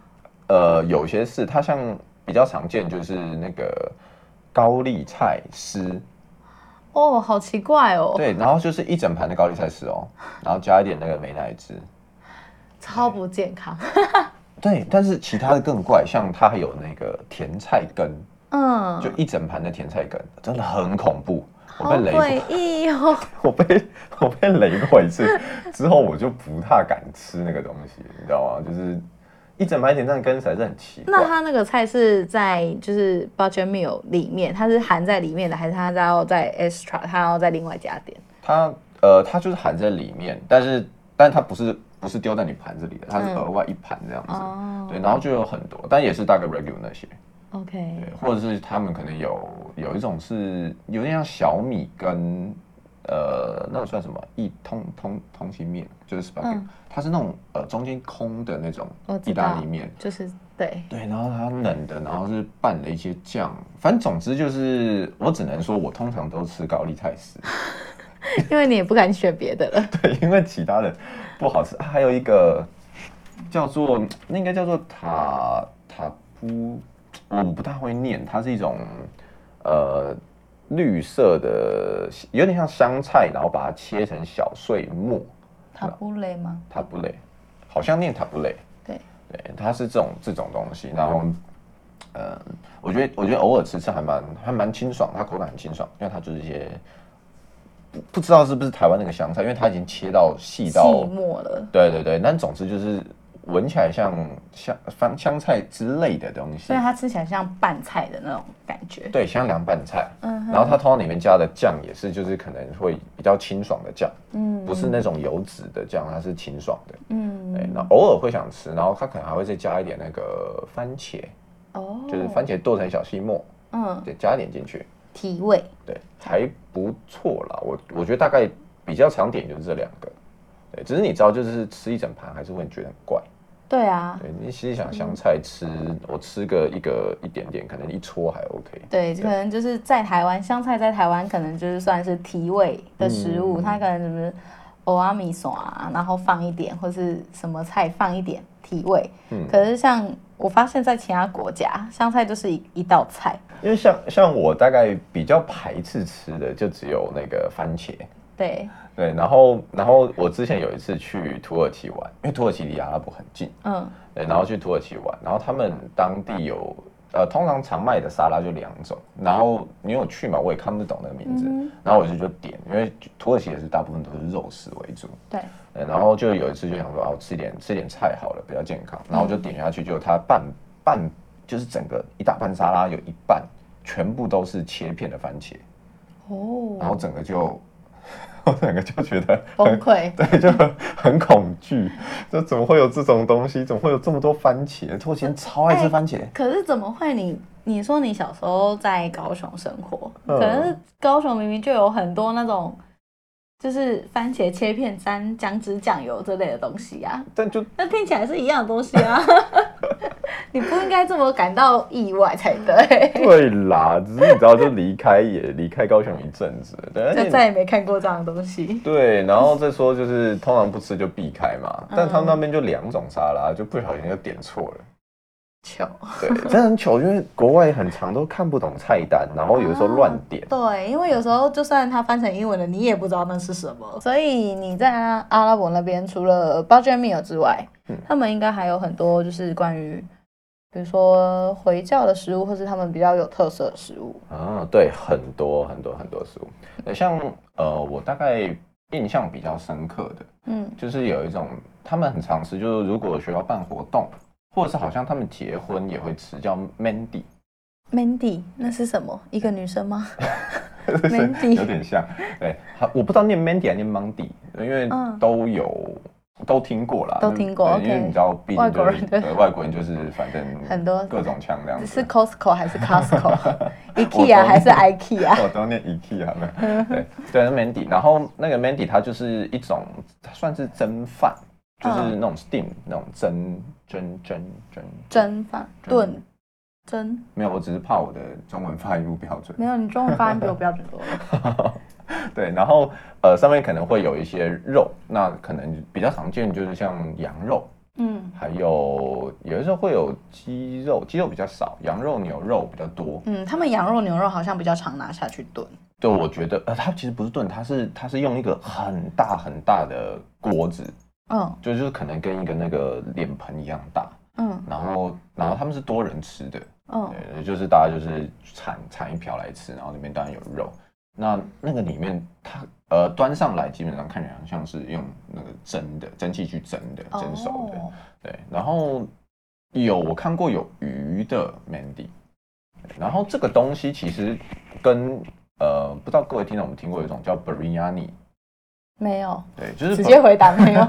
[SPEAKER 2] 呃，有些是它像比较常见就是那个高丽菜丝，
[SPEAKER 1] 哦，好奇怪哦，
[SPEAKER 2] 对，然后就是一整盘的高丽菜丝哦，然后加一点那个美乃滋。
[SPEAKER 1] 超不健康。
[SPEAKER 2] 对，但是其他的更怪，像它还有那个甜菜根，
[SPEAKER 1] 嗯，
[SPEAKER 2] 就一整盘的甜菜根，真的很恐怖。我
[SPEAKER 1] 好
[SPEAKER 2] 被雷过
[SPEAKER 1] 诡异哦。
[SPEAKER 2] 我被我被雷过一次，之后我就不太敢吃那个东西，你知道吗？就是一整排甜蛋羹才是很奇怪
[SPEAKER 1] 那。它那个菜是在就是 budget meal 里面，它是含在里面的，还是它要在 extra，它要再另外加点？
[SPEAKER 2] 它呃，它就是含在里面，但是但它不是不是丢在你盘子里的，它是
[SPEAKER 1] 嗯
[SPEAKER 2] 额外一盘这样子。
[SPEAKER 1] 哦
[SPEAKER 2] 对，然后就有很多，但也是大概 regular 那些，
[SPEAKER 1] ，OK，
[SPEAKER 2] 对，或者是他们可能有有一种是有点像小米跟呃那种算什么一通通通心面，就是 spaghetti，、
[SPEAKER 1] 嗯
[SPEAKER 2] 它是那种呃中间空的那种
[SPEAKER 1] 我知
[SPEAKER 2] 意大
[SPEAKER 1] 道
[SPEAKER 2] 利面，
[SPEAKER 1] 就是对，
[SPEAKER 2] 对，然后它冷的，然后是拌了一些酱，反正总之就是我只能说我通常都吃高丽菜丝，
[SPEAKER 1] 因为你也不敢选别的了。
[SPEAKER 2] 对， 因为其他的不好吃。啊还有一个叫做那应该叫做塔塔布，我不大会念，它是一种呃绿色的，有点像香菜，然后把它切成小碎末，
[SPEAKER 1] 塔布雷吗？
[SPEAKER 2] 塔布雷，好像念塔布雷，
[SPEAKER 1] 对，
[SPEAKER 2] 对，它是这种这种东西，然后。呃，我觉得我觉得偶尔吃吃还蛮还蛮清爽，它口感很清爽，因为它就是一些不不知道是不是台湾那个香菜，因为它已经切到细到
[SPEAKER 1] 寂寞了。
[SPEAKER 2] 对对对，但总之就是闻起来像香香香菜之类的东西
[SPEAKER 1] 所以，它吃起来像拌菜的那种感觉。
[SPEAKER 2] 对，像凉拌菜。
[SPEAKER 1] 嗯
[SPEAKER 2] 然后它通常里面加的酱也是，就是可能会比较清爽的酱，
[SPEAKER 1] 嗯
[SPEAKER 2] 不是那种油脂的酱，它是清爽的。
[SPEAKER 1] 嗯，
[SPEAKER 2] 对，那偶尔会想吃，然后它可能还会再加一点那个番茄，
[SPEAKER 1] 哦，
[SPEAKER 2] 就是番茄剁成小细末，
[SPEAKER 1] 嗯
[SPEAKER 2] 对，加一点进去，
[SPEAKER 1] 提味。
[SPEAKER 2] 对，还不错啦。我我觉得大概比较常点就是这两个，对，只是你知道，就是吃一整盘还是会觉得很怪。
[SPEAKER 1] 对啊，
[SPEAKER 2] 对你其实想香菜吃，我吃个一个一点点，可能一撮还 OK。
[SPEAKER 1] 对，可能就是在台湾，香菜在台湾可能就是算是提味的食物，它可能什么欧阿米索啊，然后放一点，或是什么菜放一点提味。可是像我发现，在其他国家，香菜就是一一道菜。
[SPEAKER 2] 因为像像我大概比较排斥吃的就只有那个番茄，
[SPEAKER 1] 对，
[SPEAKER 2] 对，然后然后我之前有一次去土耳其玩，因为土耳其离阿拉伯很近，
[SPEAKER 1] 嗯，
[SPEAKER 2] 对，然后去土耳其玩，然后他们当地有呃通常常卖的沙拉就两种，然后你有去嘛，我也看不懂那个名字，然后我就就点，因为土耳其也是大部分都是肉食为主，
[SPEAKER 1] 对，
[SPEAKER 2] 对，然后就有一次就想说，哦，吃点吃点菜好了，比较健康。然后我就点下去，就它半半就是整个一大盘沙拉有一半全部都是切片的番茄，然
[SPEAKER 1] 哦，
[SPEAKER 2] 后整个就 我整个就觉得
[SPEAKER 1] 崩溃。
[SPEAKER 2] 对，就很很恐惧，就怎么会有这种东西？怎么会有这么多番茄？我以前超爱吃番茄，
[SPEAKER 1] 可是怎么会你？你说你小时候在高雄生活，
[SPEAKER 2] 嗯
[SPEAKER 1] 可是高雄明明就有很多那种，就是番茄切片沾姜汁酱油这类的东西啊，
[SPEAKER 2] 但就
[SPEAKER 1] 那听起来是一样的东西 啊。你不应该这么感到意外才对，
[SPEAKER 2] 对啦，只是你知道，就离开也离开高雄一阵子，对，而且
[SPEAKER 1] 就再也没看过这样的东西。
[SPEAKER 2] 对，然后再说就是通常不吃就避开嘛，但他们那边就两种沙拉，就不小心就点错了。
[SPEAKER 1] 球
[SPEAKER 2] 对，真的很糗，因为国外很长都看不懂菜单，然后有的时候乱 点。
[SPEAKER 1] 对，因为有时候就算它翻成英文了，你也不知道那是什么。所以你在阿阿拉伯那边，除了 budget meal 之外，
[SPEAKER 2] 嗯
[SPEAKER 1] 他们应该还有很多就是关于，比如说回教的食物，或是他们比较有特色的食物。
[SPEAKER 2] 啊，对，很多很多很多食物，呃像呃，我大概印象比较深刻的
[SPEAKER 1] 嗯
[SPEAKER 2] 就是有一种他们很常吃，就是如果学校办活动，或者是好像他们结婚也会吃，叫 Mandy。
[SPEAKER 1] ，Mandy 那是什么？一个女生吗？Mandy
[SPEAKER 2] 有点像，对，好我不知道念 Mandy 还是念 Mandy，因为
[SPEAKER 1] 嗯
[SPEAKER 2] 都有、都听过啦，
[SPEAKER 1] 都听过
[SPEAKER 2] 对因为
[SPEAKER 1] OK
[SPEAKER 2] 你知道，毕竟
[SPEAKER 1] 外国
[SPEAKER 2] 就
[SPEAKER 1] 人
[SPEAKER 2] 是
[SPEAKER 1] 对
[SPEAKER 2] 对外国人就是反正
[SPEAKER 1] 很多
[SPEAKER 2] 各种腔这样子
[SPEAKER 1] 是，Costco 还是 Costco？IKEA
[SPEAKER 2] 懂
[SPEAKER 1] 还是 IKEA？
[SPEAKER 2] 我都念 E IKEA 呢，对对是，Mandy，然后那个 Mandy 它就是一种它算是蒸饭，就是
[SPEAKER 1] 嗯
[SPEAKER 2] 那种 steam 那种蒸蒸蒸蒸，
[SPEAKER 1] 蒸饭炖蒸，
[SPEAKER 2] 没有，我只是怕我的中文发音不标准。
[SPEAKER 1] 没有你中文发音比我标准多了。
[SPEAKER 2] 对，然后呃，上面可能会有一些肉，那可能比较常见就是像羊肉，
[SPEAKER 1] 嗯
[SPEAKER 2] 还有有的时候会有鸡肉，鸡肉比较少，羊肉、牛肉比较多。
[SPEAKER 1] 嗯，他们羊肉、牛肉好像比较常拿下去炖。
[SPEAKER 2] 对，我觉得呃，它其实不是炖，它是它是用一个很大很大的锅子，
[SPEAKER 1] 嗯
[SPEAKER 2] 就就是可能跟一个那个脸盆一样大，
[SPEAKER 1] 嗯
[SPEAKER 2] 然后然后他们是多人吃的，
[SPEAKER 1] 嗯，
[SPEAKER 2] 对，就是大家就是铲铲一瓢来吃，然后里面当然有肉。那那个里面它呃端上来基本上看起来好像是用那个蒸的蒸汽去蒸的蒸熟的，
[SPEAKER 1] 哦
[SPEAKER 2] 对。然后有我看过有鱼的 Mandy，对然后这个东西其实跟呃不知道各位听众有没有听过有一种叫 Biryani，
[SPEAKER 1] 没有，
[SPEAKER 2] 对， 就是
[SPEAKER 1] 直接回答没 有。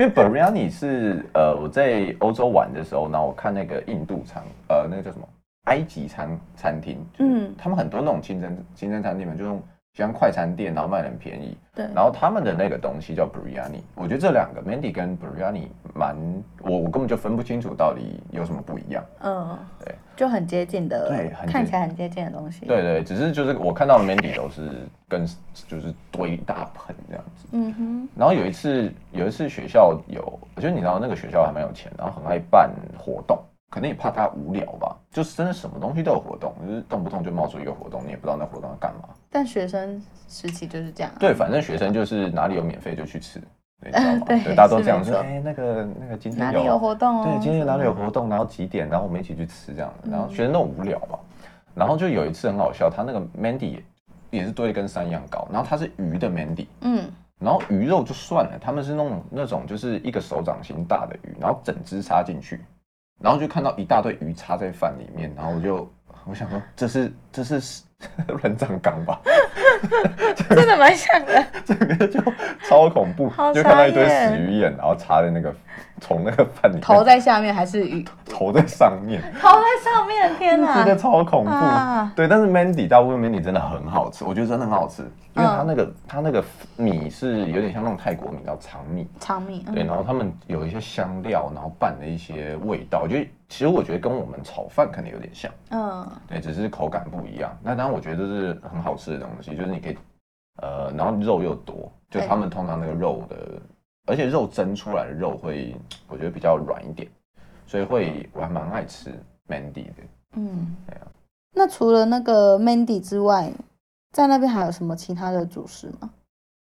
[SPEAKER 2] 因为 biryani 是呃我在欧洲玩的时候，然后我看那个印度餐，呃，那个叫什么埃及餐餐厅，嗯
[SPEAKER 1] 嗯，
[SPEAKER 2] 他们很多那种清真清真餐厅嘛，就用像快餐店，然后卖得很便宜，
[SPEAKER 1] 对，
[SPEAKER 2] 然后他们的那个东西叫 biryani，我觉得这两个 Mandy 跟 biryani 蛮，我我根本就分不清楚到底有什么不一样。
[SPEAKER 1] 嗯，
[SPEAKER 2] 对，
[SPEAKER 1] 就很接近的，
[SPEAKER 2] 对很接
[SPEAKER 1] 看起来很接近的东西。，
[SPEAKER 2] 对对，只是就是我看到 Mandy 都是跟就是堆一大盆这样子。
[SPEAKER 1] 嗯哼，
[SPEAKER 2] 然后有一次有一次学校有，就是你知道那个学校还蛮有钱，然后很爱办活动，可能也怕他无聊吧，就是真的什么东西都有活动，就是动不动就冒出一个活动，你也不知道那活动要干嘛。
[SPEAKER 1] 但学生时期就是这样啊。？
[SPEAKER 2] 对，反正学生就是哪里有免费就去吃，你知道吗
[SPEAKER 1] 对
[SPEAKER 2] 大家都
[SPEAKER 1] 是
[SPEAKER 2] 这样
[SPEAKER 1] 没
[SPEAKER 2] 说，
[SPEAKER 1] 错
[SPEAKER 2] 哎、那个那个今
[SPEAKER 1] 哪
[SPEAKER 2] 天
[SPEAKER 1] 里有活动哦？嗯
[SPEAKER 2] 对，今天哪里有
[SPEAKER 1] 什么
[SPEAKER 2] 活动，然后几点，然后我们一起去吃这样的。然后学生都很无聊嘛，然后就有一次很好笑，他那个 Mandy 也也是堆得跟山一样高，然后他是鱼的 Mandy，
[SPEAKER 1] 嗯，
[SPEAKER 2] 然后鱼肉就算了，他们是那种那种就是一个手掌心大的鱼，然后整只插进去，然后就看到一大堆鱼插在饭里面，然后我就我想说这是这是 人长缸吧，
[SPEAKER 1] 真的蛮像的。
[SPEAKER 2] 整个就超恐怖
[SPEAKER 1] 好，
[SPEAKER 2] 就看到一堆
[SPEAKER 1] 傻眼
[SPEAKER 2] 死鱼眼，然后插在那个从那个饭里面
[SPEAKER 1] 头在下面还是鱼？
[SPEAKER 2] 头在上面。
[SPEAKER 1] 头在上 面，天
[SPEAKER 2] 觉得
[SPEAKER 1] 哪！
[SPEAKER 2] 超恐怖。
[SPEAKER 1] 啊
[SPEAKER 2] 对，但是 Mandy 大部分 Mandy 真的很好吃，我觉得真的很好吃，
[SPEAKER 1] 嗯
[SPEAKER 2] 因为它那个、它那个米是有点像那种泰国米，叫长米。
[SPEAKER 1] 长命，嗯
[SPEAKER 2] 对，然后他们有一些香料，然后拌的一些味道，我觉得其实我觉得跟我们炒饭可能有点像，
[SPEAKER 1] 嗯，
[SPEAKER 2] 对，只是口感不一样。那当然，我觉得这是很好吃的东西，就是你可以，呃，然后肉又多，就
[SPEAKER 1] 对
[SPEAKER 2] 他们通常那个肉的，而且肉蒸出来的肉会，我觉得比较软一点，所以会我还蛮爱吃 Mandy 的。
[SPEAKER 1] 嗯
[SPEAKER 2] 对啊，
[SPEAKER 1] 那除了那个 Mandy 之外，在那边还有什么其他的主食吗？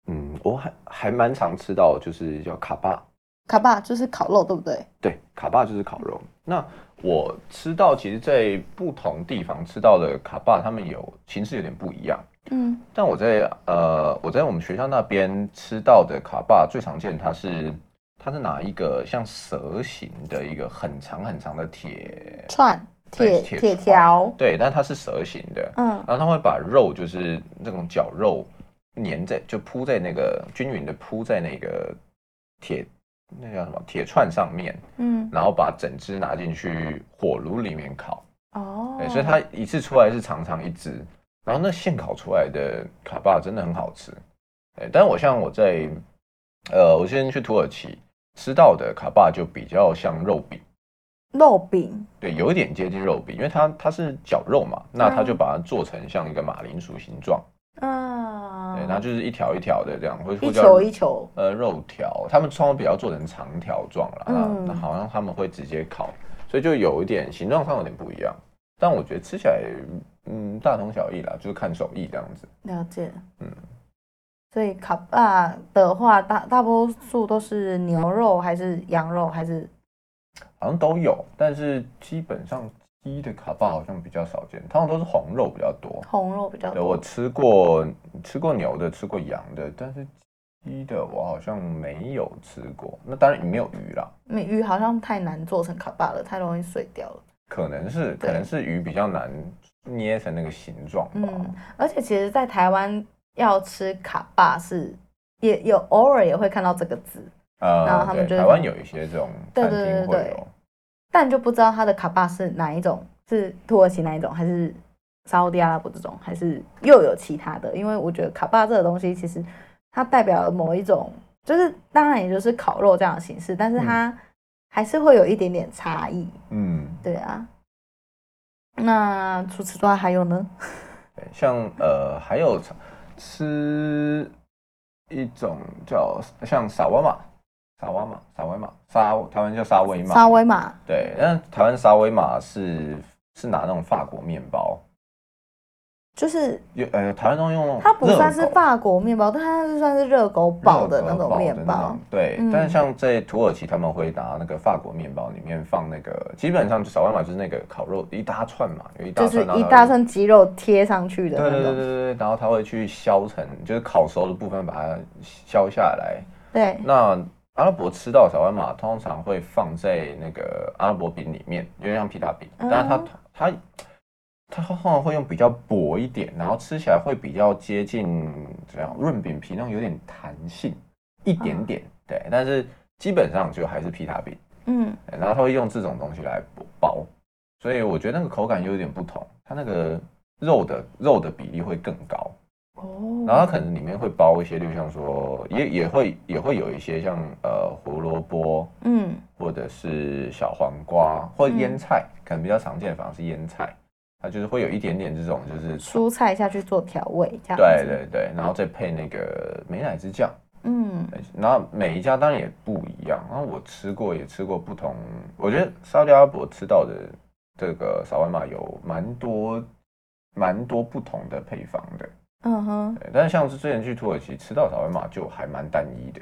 [SPEAKER 2] 嗯，我还还蛮常吃到，就是叫卡巴，
[SPEAKER 1] 卡巴就是烤肉，对不对？
[SPEAKER 2] 对，卡巴就是烤肉。那我吃到，其实，在不同地方吃到的卡巴，他们有形式有点不一样。
[SPEAKER 1] 嗯，
[SPEAKER 2] 但我在呃，我在我们学校那边吃到的卡巴最常见，它是它是拿一个像蛇形的一个很长很长的铁，
[SPEAKER 1] 串铁
[SPEAKER 2] 对铁
[SPEAKER 1] 铁
[SPEAKER 2] 串
[SPEAKER 1] 条，
[SPEAKER 2] 对，但它是蛇形的，
[SPEAKER 1] 嗯
[SPEAKER 2] 然后它会把肉就是那种绞肉粘在，就铺在那个均匀的铺在那个铁那叫什么铁串上面，
[SPEAKER 1] 嗯，
[SPEAKER 2] 然后把整只拿进去火炉里面烤。哎
[SPEAKER 1] 哦，
[SPEAKER 2] 对，所以它一次出来是长长一只，然后那现烤出来的卡巴真的很好吃。对，哎但我像我在呃，我先去土耳其吃到的卡巴就比较像肉饼。
[SPEAKER 1] 肉饼，
[SPEAKER 2] 对，有一点接近肉饼，因为它它是绞肉嘛，那它
[SPEAKER 1] 嗯
[SPEAKER 2] 就把它做成像一个马铃薯形状，
[SPEAKER 1] 啊，
[SPEAKER 2] 对，然后就是一条一条的这样，会
[SPEAKER 1] 一
[SPEAKER 2] 会叫
[SPEAKER 1] 球一球，
[SPEAKER 2] 呃肉条，他们通常比较做成长条状啦，
[SPEAKER 1] 嗯
[SPEAKER 2] 那、那好像他们会直接烤，所以就有一点形状上有点不一样，但我觉得吃起来嗯大同小异啦，就是看手艺这样子。
[SPEAKER 1] 了解。
[SPEAKER 2] 嗯，
[SPEAKER 1] 所以卡巴的话，大大多数都是牛肉还是羊肉还是
[SPEAKER 2] 好像都有，但是基本上鸡的卡巴好像比较少见，通常都是红肉比较多。
[SPEAKER 1] 红肉比较
[SPEAKER 2] 对，
[SPEAKER 1] 多？
[SPEAKER 2] 我吃过吃过牛的，吃过羊的，但是鸡的我好像没有吃过。那当然也没有鱼啦，
[SPEAKER 1] 美鱼好像太难做成卡巴了，太容易碎掉了。
[SPEAKER 2] 可能是
[SPEAKER 1] 对
[SPEAKER 2] 可能是鱼比较难捏成那个形状吧。
[SPEAKER 1] 嗯，而且其实，在台湾要吃卡巴是也有偶尔也会看到这个字，然后
[SPEAKER 2] 呃，
[SPEAKER 1] 他
[SPEAKER 2] 对，
[SPEAKER 1] 们就
[SPEAKER 2] 台
[SPEAKER 1] 是
[SPEAKER 2] 湾有一些这种
[SPEAKER 1] 对
[SPEAKER 2] 餐
[SPEAKER 1] 对对
[SPEAKER 2] 厅会
[SPEAKER 1] 对
[SPEAKER 2] 有。
[SPEAKER 1] 但就不知道它的卡巴是哪一种，是土耳其哪一种，还是沙烏地阿拉伯这种，还是又有其他的？因为我觉得卡巴这个东西，其实它代表了某一种，就是当然也就是烤肉这样的形式，但是它还是会有一点点差异。
[SPEAKER 2] 嗯，
[SPEAKER 1] 对啊，那除此之外还有呢？
[SPEAKER 2] 对，像呃还有吃吃一种叫像萨瓦玛，萨瓦玛，萨瓦玛，沙台湾叫沙威玛，
[SPEAKER 1] 沙威玛
[SPEAKER 2] 对，但台湾沙威玛是是拿那种法国面包。
[SPEAKER 1] 就是
[SPEAKER 2] 有呃，台湾都用
[SPEAKER 1] 它不算是
[SPEAKER 2] 热狗
[SPEAKER 1] 法国面包，但它是算是热狗堡的那
[SPEAKER 2] 热狗
[SPEAKER 1] 种
[SPEAKER 2] 堡
[SPEAKER 1] 面
[SPEAKER 2] 的那
[SPEAKER 1] 包
[SPEAKER 2] 种。对，
[SPEAKER 1] 嗯
[SPEAKER 2] 但是像在土耳其，他们会拿那个法国面包里面放那个，基本上就小外码就是那个烤肉一大串嘛，有一大
[SPEAKER 1] 就
[SPEAKER 2] 串，
[SPEAKER 1] 是
[SPEAKER 2] 然后
[SPEAKER 1] 一
[SPEAKER 2] 它
[SPEAKER 1] 大
[SPEAKER 2] 会。
[SPEAKER 1] 串鸡肉贴上去的
[SPEAKER 2] 对
[SPEAKER 1] 那
[SPEAKER 2] 对对
[SPEAKER 1] 种，
[SPEAKER 2] 对对，然后他会去削成，就是烤熟的部分把它削下来。
[SPEAKER 1] 对，
[SPEAKER 2] 那阿拉伯吃到小外码通常会放在那个阿拉伯饼里面，有点像皮塔饼，
[SPEAKER 1] 嗯
[SPEAKER 2] 但是它它它通常会用比较薄一点，然后吃起来会比较接近怎样润饼皮那种有点弹性一点点，对，但是基本上就还是披萨饼，
[SPEAKER 1] 嗯，
[SPEAKER 2] 对然后它会用这种东西来包，所以我觉得那个口感有点不同，它那个肉的肉的比例会更高。
[SPEAKER 1] 哦，
[SPEAKER 2] 然后它可能里面会包一些，就像说也也会也会有一些像呃胡萝卜
[SPEAKER 1] 嗯
[SPEAKER 2] 或者是小黄瓜或
[SPEAKER 1] 嗯
[SPEAKER 2] 腌菜，可能比较常见的反而是腌菜，它就是会有一点点这种就是
[SPEAKER 1] 蔬菜下去做调味，这样子
[SPEAKER 2] 对，对对，然后再配那个美乃滋酱，
[SPEAKER 1] 嗯
[SPEAKER 2] 对然后每一家当然也不一样，然后我吃过也吃过不同，我觉得沙特阿拉伯吃到的这个沙外玛有蛮多蛮多不同的配方的。
[SPEAKER 1] 嗯哼，
[SPEAKER 2] 对，但是像是之前去土耳其吃到草莓玛就还蛮单一的，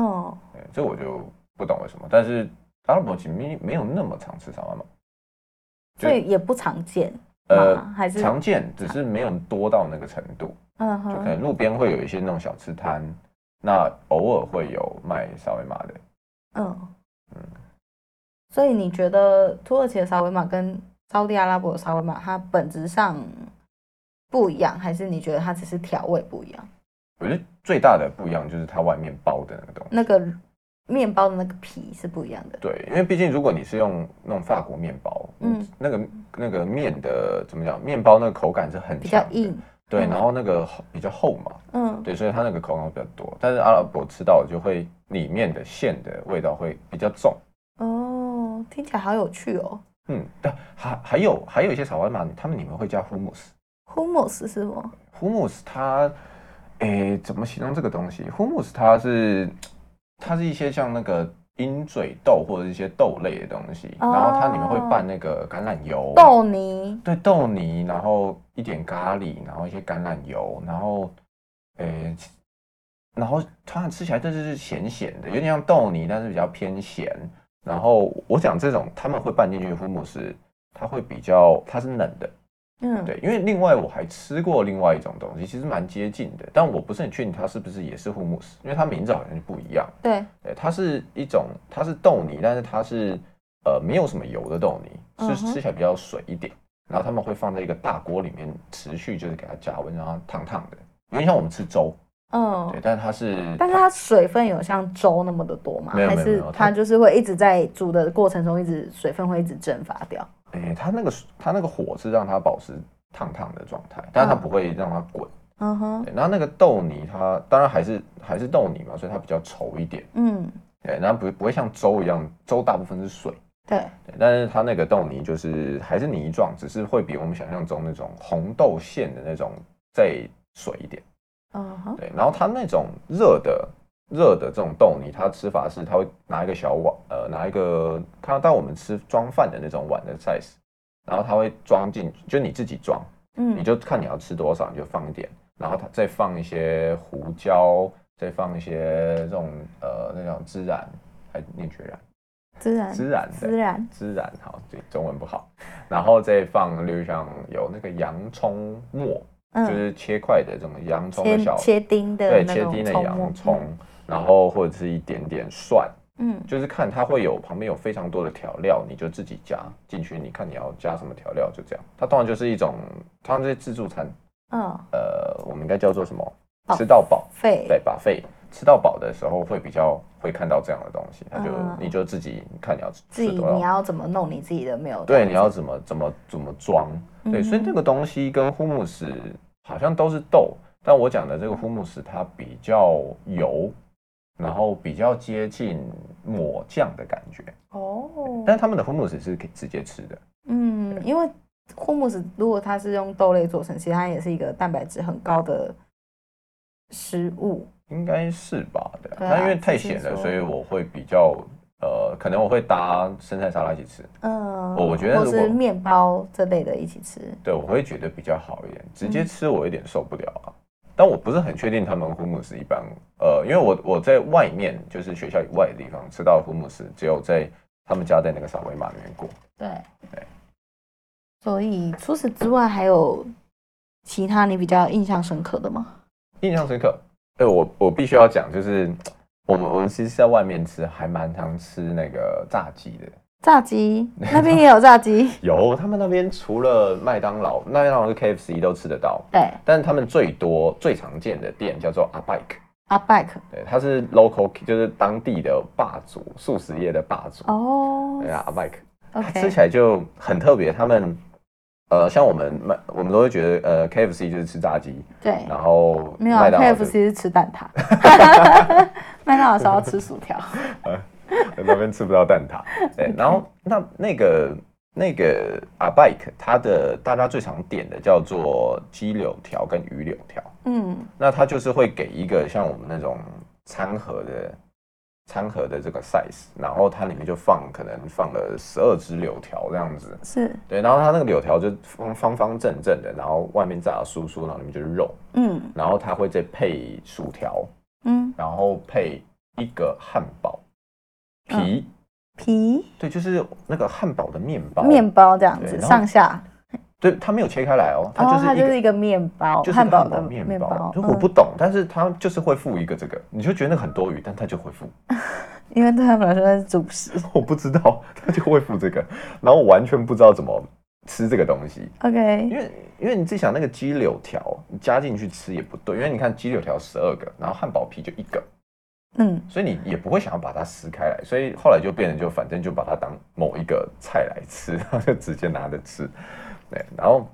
[SPEAKER 1] 哦，
[SPEAKER 2] 对，这我就不懂为什么。但是阿拉伯其实没没有那么常吃草莓玛，就
[SPEAKER 1] 所以也不常见
[SPEAKER 2] 呃，
[SPEAKER 1] 吗？还是
[SPEAKER 2] 常见，只是没有多到那个程度，
[SPEAKER 1] 嗯
[SPEAKER 2] 就可
[SPEAKER 1] 哼，
[SPEAKER 2] 能路边会有一些那种小吃摊，那偶尔会有卖草莓玛的。
[SPEAKER 1] 嗯
[SPEAKER 2] 嗯
[SPEAKER 1] 所以你觉得土耳其的沙威玛跟沙地阿拉伯的沙威玛，它本质上不一样，还是你觉得它只是调味不一样？
[SPEAKER 2] 我觉得最大的不一样就是它外面包的那个东西。
[SPEAKER 1] 那个面包的那个皮是不一样的。
[SPEAKER 2] 对，因为毕竟如果你是用那种法国面包，
[SPEAKER 1] 嗯
[SPEAKER 2] 嗯，那个那个面的怎么讲，面包那个口感是很
[SPEAKER 1] 比较
[SPEAKER 2] 强的，
[SPEAKER 1] 硬，
[SPEAKER 2] 对，
[SPEAKER 1] 嗯
[SPEAKER 2] 然后那个厚比较厚嘛，
[SPEAKER 1] 嗯，
[SPEAKER 2] 对，所以它那个口感会比较多。但是阿拉伯吃到的就会里面的馅的味道会比较重。
[SPEAKER 1] 哦，听起来好有趣哦。
[SPEAKER 2] 嗯，但还还有还有一些小外玛，他们里面会加 hummus。
[SPEAKER 1] Hummus 是什么？
[SPEAKER 2] hummus 它，诶、怎么形容这个东西？hummus 它是它是一些像那个鹰嘴豆或者一些豆类的东西，
[SPEAKER 1] 哦
[SPEAKER 2] 然后它里面会拌那个橄榄油，
[SPEAKER 1] 豆泥，
[SPEAKER 2] 对豆泥，然后一点咖喱，然后一些橄榄油，然后诶、然后它吃起来就是是咸咸的，有点像豆泥，但是比较偏咸。然后我讲这种他们会拌进去的 hummus，它会比较它是冷的，
[SPEAKER 1] 嗯，
[SPEAKER 2] 对，因为另外我还吃过另外一种东西，其实蛮接近的，但我不是很确定它是不是也是 hummus，因为它名字好像就不一样。
[SPEAKER 1] 对，
[SPEAKER 2] 对，它是一种它是豆泥，但是它是呃没有什么油的豆泥，是
[SPEAKER 1] 嗯哼
[SPEAKER 2] 吃起来比较水一点。然后他们会放在一个大锅里面，持续就是给它加温，让它烫烫的，有点像我们吃粥。
[SPEAKER 1] 嗯
[SPEAKER 2] 对，，但是它是
[SPEAKER 1] 但是它水分有像粥那么的多吗？
[SPEAKER 2] 没有
[SPEAKER 1] 还
[SPEAKER 2] 没有没
[SPEAKER 1] 是
[SPEAKER 2] 有它
[SPEAKER 1] 它就是会一直在煮的过程中，一直水分会一直蒸发掉？
[SPEAKER 2] 诶、它那个它那个火是让它保持烫烫的状态，但是它不会让它滚。
[SPEAKER 1] 嗯哼，
[SPEAKER 2] 对，然后那个豆泥它当然还是还是豆泥嘛，所以它比较稠一点。
[SPEAKER 1] 嗯，
[SPEAKER 2] 对，然后不不会像粥一样，粥大部分是水，
[SPEAKER 1] 对，
[SPEAKER 2] 对，但是它那个豆泥就是还是泥状，只是会比我们想象中那种红豆馅的那种再水一点。
[SPEAKER 1] 嗯哼，
[SPEAKER 2] 对，然后它那种热的热的这种豆泥，它吃法是它会拿一个小碗，呃，拿一个它当我们吃装饭的那种碗的 size，然后它会装进，就你自己装，你
[SPEAKER 1] 嗯，
[SPEAKER 2] 就看你要吃多少，你就放一点，然后它再放一些胡椒，再放一些这种呃那种孜然，还念孜然。
[SPEAKER 1] 孜然，
[SPEAKER 2] 孜然
[SPEAKER 1] 孜然，
[SPEAKER 2] 孜然，好，对，中文不好。然后再放，例如像有那个洋葱末，就
[SPEAKER 1] 嗯，
[SPEAKER 2] 是切块的这种洋葱的
[SPEAKER 1] 切
[SPEAKER 2] 小，
[SPEAKER 1] 切丁的
[SPEAKER 2] 对，
[SPEAKER 1] 那
[SPEAKER 2] 切
[SPEAKER 1] 种
[SPEAKER 2] 丁的
[SPEAKER 1] 葱
[SPEAKER 2] 洋
[SPEAKER 1] 末，
[SPEAKER 2] 葱，然后或者是一点点蒜，
[SPEAKER 1] 嗯，
[SPEAKER 2] 就是看它会有旁边有非常多的调料，你就自己加进去，你看你要加什么调料，就这样。它通常就是一种，它这些自助餐，
[SPEAKER 1] 嗯，
[SPEAKER 2] 呃，我们应该叫做什么
[SPEAKER 1] 饱？
[SPEAKER 2] 吃到饱，
[SPEAKER 1] 肺，
[SPEAKER 2] 对，把肺吃到饱的时候会比较会看到这样的东西，它就
[SPEAKER 1] 嗯
[SPEAKER 2] 你就自己看你要吃
[SPEAKER 1] 自己
[SPEAKER 2] 吃多少
[SPEAKER 1] 你。要怎么弄你自己的没有？
[SPEAKER 2] 对，你要怎么怎么怎么装？对，所以
[SPEAKER 1] 哦嗯
[SPEAKER 2] 这个东西跟 hummus 好像都是豆，但我讲的这个 hummus 它比较油，然后比较接近抹酱的感觉。
[SPEAKER 1] 哦，
[SPEAKER 2] 但他们的 hummus 是可以直接吃的，
[SPEAKER 1] 嗯，因为 hummus 如果它是用豆类做成，其实它也是一个蛋白质很高的食物。
[SPEAKER 2] 应该是吧？对啊。
[SPEAKER 1] 对啊
[SPEAKER 2] 那因为太
[SPEAKER 1] 只是
[SPEAKER 2] 咸了，
[SPEAKER 1] 说
[SPEAKER 2] 所以我会比较呃，可能我会搭生菜沙拉一起吃。
[SPEAKER 1] 嗯，
[SPEAKER 2] 哦我我觉得
[SPEAKER 1] 或
[SPEAKER 2] 如果
[SPEAKER 1] 是面包这类的一起吃。
[SPEAKER 2] 对，我会觉得比较好一点，直接
[SPEAKER 1] 嗯
[SPEAKER 2] 吃我有点受不了啊。但我不是很确定他们 hummus 一般，呃，因为我我在外面就是学校以外的地方吃到的 hummus，只有在他们家在那个沙威玛里面过。
[SPEAKER 1] 对
[SPEAKER 2] 对。
[SPEAKER 1] 所以除此之外，还有其他你比较印象深刻的吗？
[SPEAKER 2] 印象深刻，对我我必须要讲，就是我们我们其实在外面吃还蛮常吃那个炸鸡的，
[SPEAKER 1] 炸 鸡那边也有炸鸡，
[SPEAKER 2] 有，他们那边除了麦当劳、麦当劳跟 KFC 都吃得到，
[SPEAKER 1] 对，
[SPEAKER 2] 但是他们最多最常见的店叫做 a Bike，
[SPEAKER 1] 阿 back
[SPEAKER 2] 对，它是 local 就是当地的霸主，素食业的霸主。
[SPEAKER 1] 哦
[SPEAKER 2] 对啊 a Bike，它吃
[SPEAKER 1] ，OK，
[SPEAKER 2] 起来就很特别。他们呃，像我们麦，我们都会觉得呃 KFC 就是吃炸鸡，
[SPEAKER 1] 对，
[SPEAKER 2] 然后
[SPEAKER 1] 没有啊
[SPEAKER 2] 麦当劳
[SPEAKER 1] ，KFC
[SPEAKER 2] 就是
[SPEAKER 1] 吃蛋 挞，麦当劳时候吃薯条，
[SPEAKER 2] 那边吃不到蛋挞。对，然后那那个那个 a Bike，它的大家最常点的叫做鸡柳条跟鱼柳条。
[SPEAKER 1] 嗯，
[SPEAKER 2] 那它就是会给一个像我们那种餐盒的餐盒的这个 size，然后它里面就放可能放了十二只柳条这样子，
[SPEAKER 1] 是，
[SPEAKER 2] 对，然后它那个柳条就方方方正正的，然后外面炸得酥酥，然后里面就是肉，
[SPEAKER 1] 嗯
[SPEAKER 2] 然后它会再配薯条，
[SPEAKER 1] 嗯，
[SPEAKER 2] 然后配一个汉堡
[SPEAKER 1] 嗯
[SPEAKER 2] 皮，
[SPEAKER 1] 皮
[SPEAKER 2] 对，就是那个汉堡的面包，
[SPEAKER 1] 面包这样子
[SPEAKER 2] 对然后
[SPEAKER 1] 上下，
[SPEAKER 2] 对，它没有切开来哦，它
[SPEAKER 1] 哦，
[SPEAKER 2] 就是
[SPEAKER 1] 它
[SPEAKER 2] 一
[SPEAKER 1] 就
[SPEAKER 2] 个
[SPEAKER 1] 是一个面包，
[SPEAKER 2] 就是
[SPEAKER 1] 汉堡
[SPEAKER 2] 的
[SPEAKER 1] 的
[SPEAKER 2] 面
[SPEAKER 1] 面包
[SPEAKER 2] 包，，就我
[SPEAKER 1] 嗯
[SPEAKER 2] 不懂，但是他就是会附一个这个，你就觉得那个很多余，但他就会附，
[SPEAKER 1] 因为对他们来说那是主食。
[SPEAKER 2] 我不知道他就会附这个，然后我完全不知道怎么吃这个东西，因
[SPEAKER 1] OK，
[SPEAKER 2] 为因为你自己想那个鸡柳条你加进去吃也不对，因为你看鸡柳条十二个，然后汉堡皮就一个，
[SPEAKER 1] 嗯，
[SPEAKER 2] 所以你也不会想要把它撕开来，所以后来就变成就反正就把它当某一个菜来吃，然后就直接拿着吃。对，然后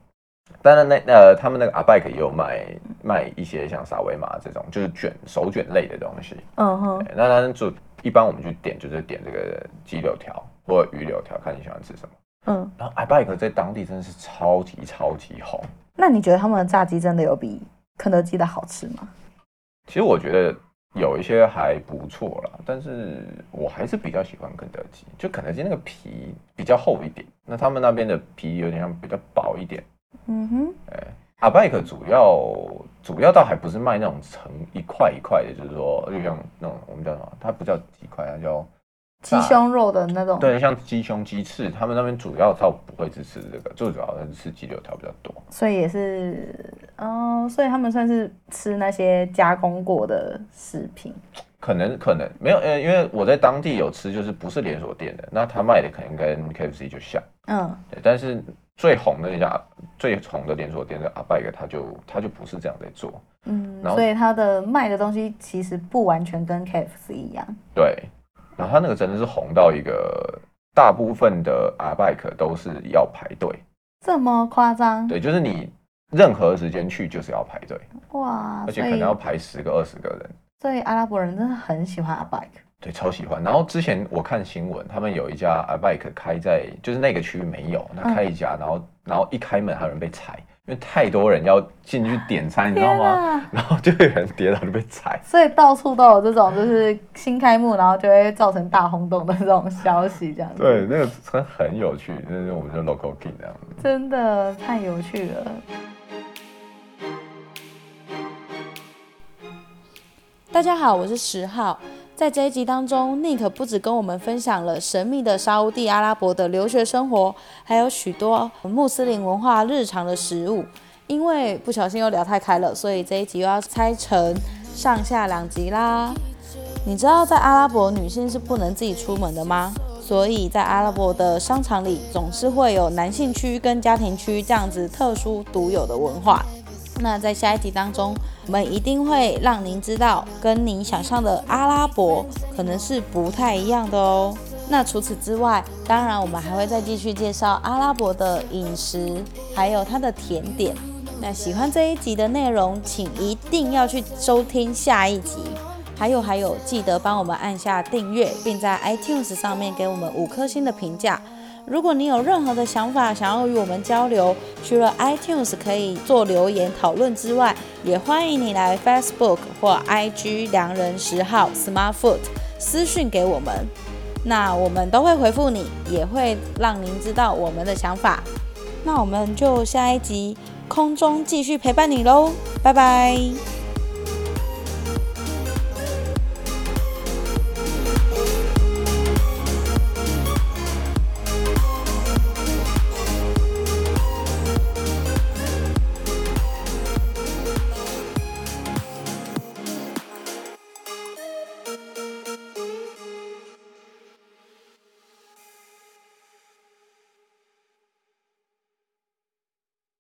[SPEAKER 2] 当然那呃他们那个阿拜克也有卖卖一些像沙威玛这种就是卷手卷类的东西。
[SPEAKER 1] 嗯哼，
[SPEAKER 2] 对那当然就一般我们去点就是点这个鸡柳条或者鱼柳条，看你喜欢吃什么。
[SPEAKER 1] 嗯，
[SPEAKER 2] 然后阿拜克在当地真的是超级超级红。
[SPEAKER 1] 那你觉得他们的炸鸡真的有比肯德基的好吃吗？
[SPEAKER 2] 其实我觉得有一些还不错啦，但是我还是比较喜欢肯德基。就肯德基那个皮比较厚一点，那他们那边的皮有点像比较薄一点。
[SPEAKER 1] 嗯哼，
[SPEAKER 2] 阿拜克主要主要倒还不是卖那种成一块一块的，就是说就像那种我们叫什么，它不叫鸡块，它叫
[SPEAKER 1] 鸡胸肉的那种，，
[SPEAKER 2] 对，像鸡胸、鸡翅，他们那边主要倒不会是吃这个，最主要还是吃鸡柳条比较多。
[SPEAKER 1] 所以也是，哦，所以他们算是吃那些加工过的食品。
[SPEAKER 2] 可能可能没有，呃，因为我在当地有吃，就是不是连锁店的，那他卖的可能跟 KFC 就像。
[SPEAKER 1] 嗯，
[SPEAKER 2] 对，但是最红的那家最红的连锁店是阿拜克，他就他就不是这样在做。
[SPEAKER 1] 嗯，
[SPEAKER 2] 然后
[SPEAKER 1] 所以它的卖的东西其实不完全跟 KFC 一样。
[SPEAKER 2] 对，然后他那个真的是红到一个，大部分的阿拜克都是要排队。
[SPEAKER 1] 这么夸张？
[SPEAKER 2] 对，就是你任何时间去就是要排队，
[SPEAKER 1] 哇！
[SPEAKER 2] 而且
[SPEAKER 1] 哦所
[SPEAKER 2] 可能
[SPEAKER 1] 以，
[SPEAKER 2] 要排十个二十个人。
[SPEAKER 1] 所以阿拉伯人真的很喜欢阿 bike。
[SPEAKER 2] 对，超喜欢。然后之前我看新闻，他们有一家阿拜克开在就是那个区域没有，那
[SPEAKER 1] 嗯
[SPEAKER 2] 开一家，然后然后一开门还有人被踩，因为太多人要进去点餐，你知道
[SPEAKER 1] 天
[SPEAKER 2] 吗？
[SPEAKER 1] 啊！
[SPEAKER 2] 然后就有人跌倒就被踩。
[SPEAKER 1] 所以到处都有这种，就是新开幕，然后就会造成大轰动的这种消息，这样子。
[SPEAKER 2] 对，那个真的很有趣，那是我们的 local king 这样子。
[SPEAKER 1] 真的太有趣了。大家好，我是十号。在这一集当中，Nick 不只跟我们分享了神秘的沙烏地阿拉伯的留学生活，还有许多穆斯林文化日常的食物。因为不小心又聊太开了，所以这一集又要拆成上下两集啦。你知道在阿拉伯女性是不能自己出门的吗？所以在阿拉伯的商场里，总是会有男性区跟家庭区这样子特殊独有的文化。那在下一集当中，我们一定会让您知道，跟您想象的阿拉伯可能是不太一样的哦。那除此之外，当然我们还会再继续介绍阿拉伯的饮食，还有它的甜点。那喜欢这一集的内容，请一定要去收听下一集。还有还有，记得帮我们按下订阅，并在 iTunes 上面给我们五颗星的评价。如果你有任何的想法想要与我们交流，除了 iTunes 可以做留言讨论之外，也欢迎你来 Facebook 或 IG 良人十号 Smart Food 私讯给我们，那我们都会回复你，也会让您知道我们的想法。那我们就下一集空中继续陪伴你喽，拜拜。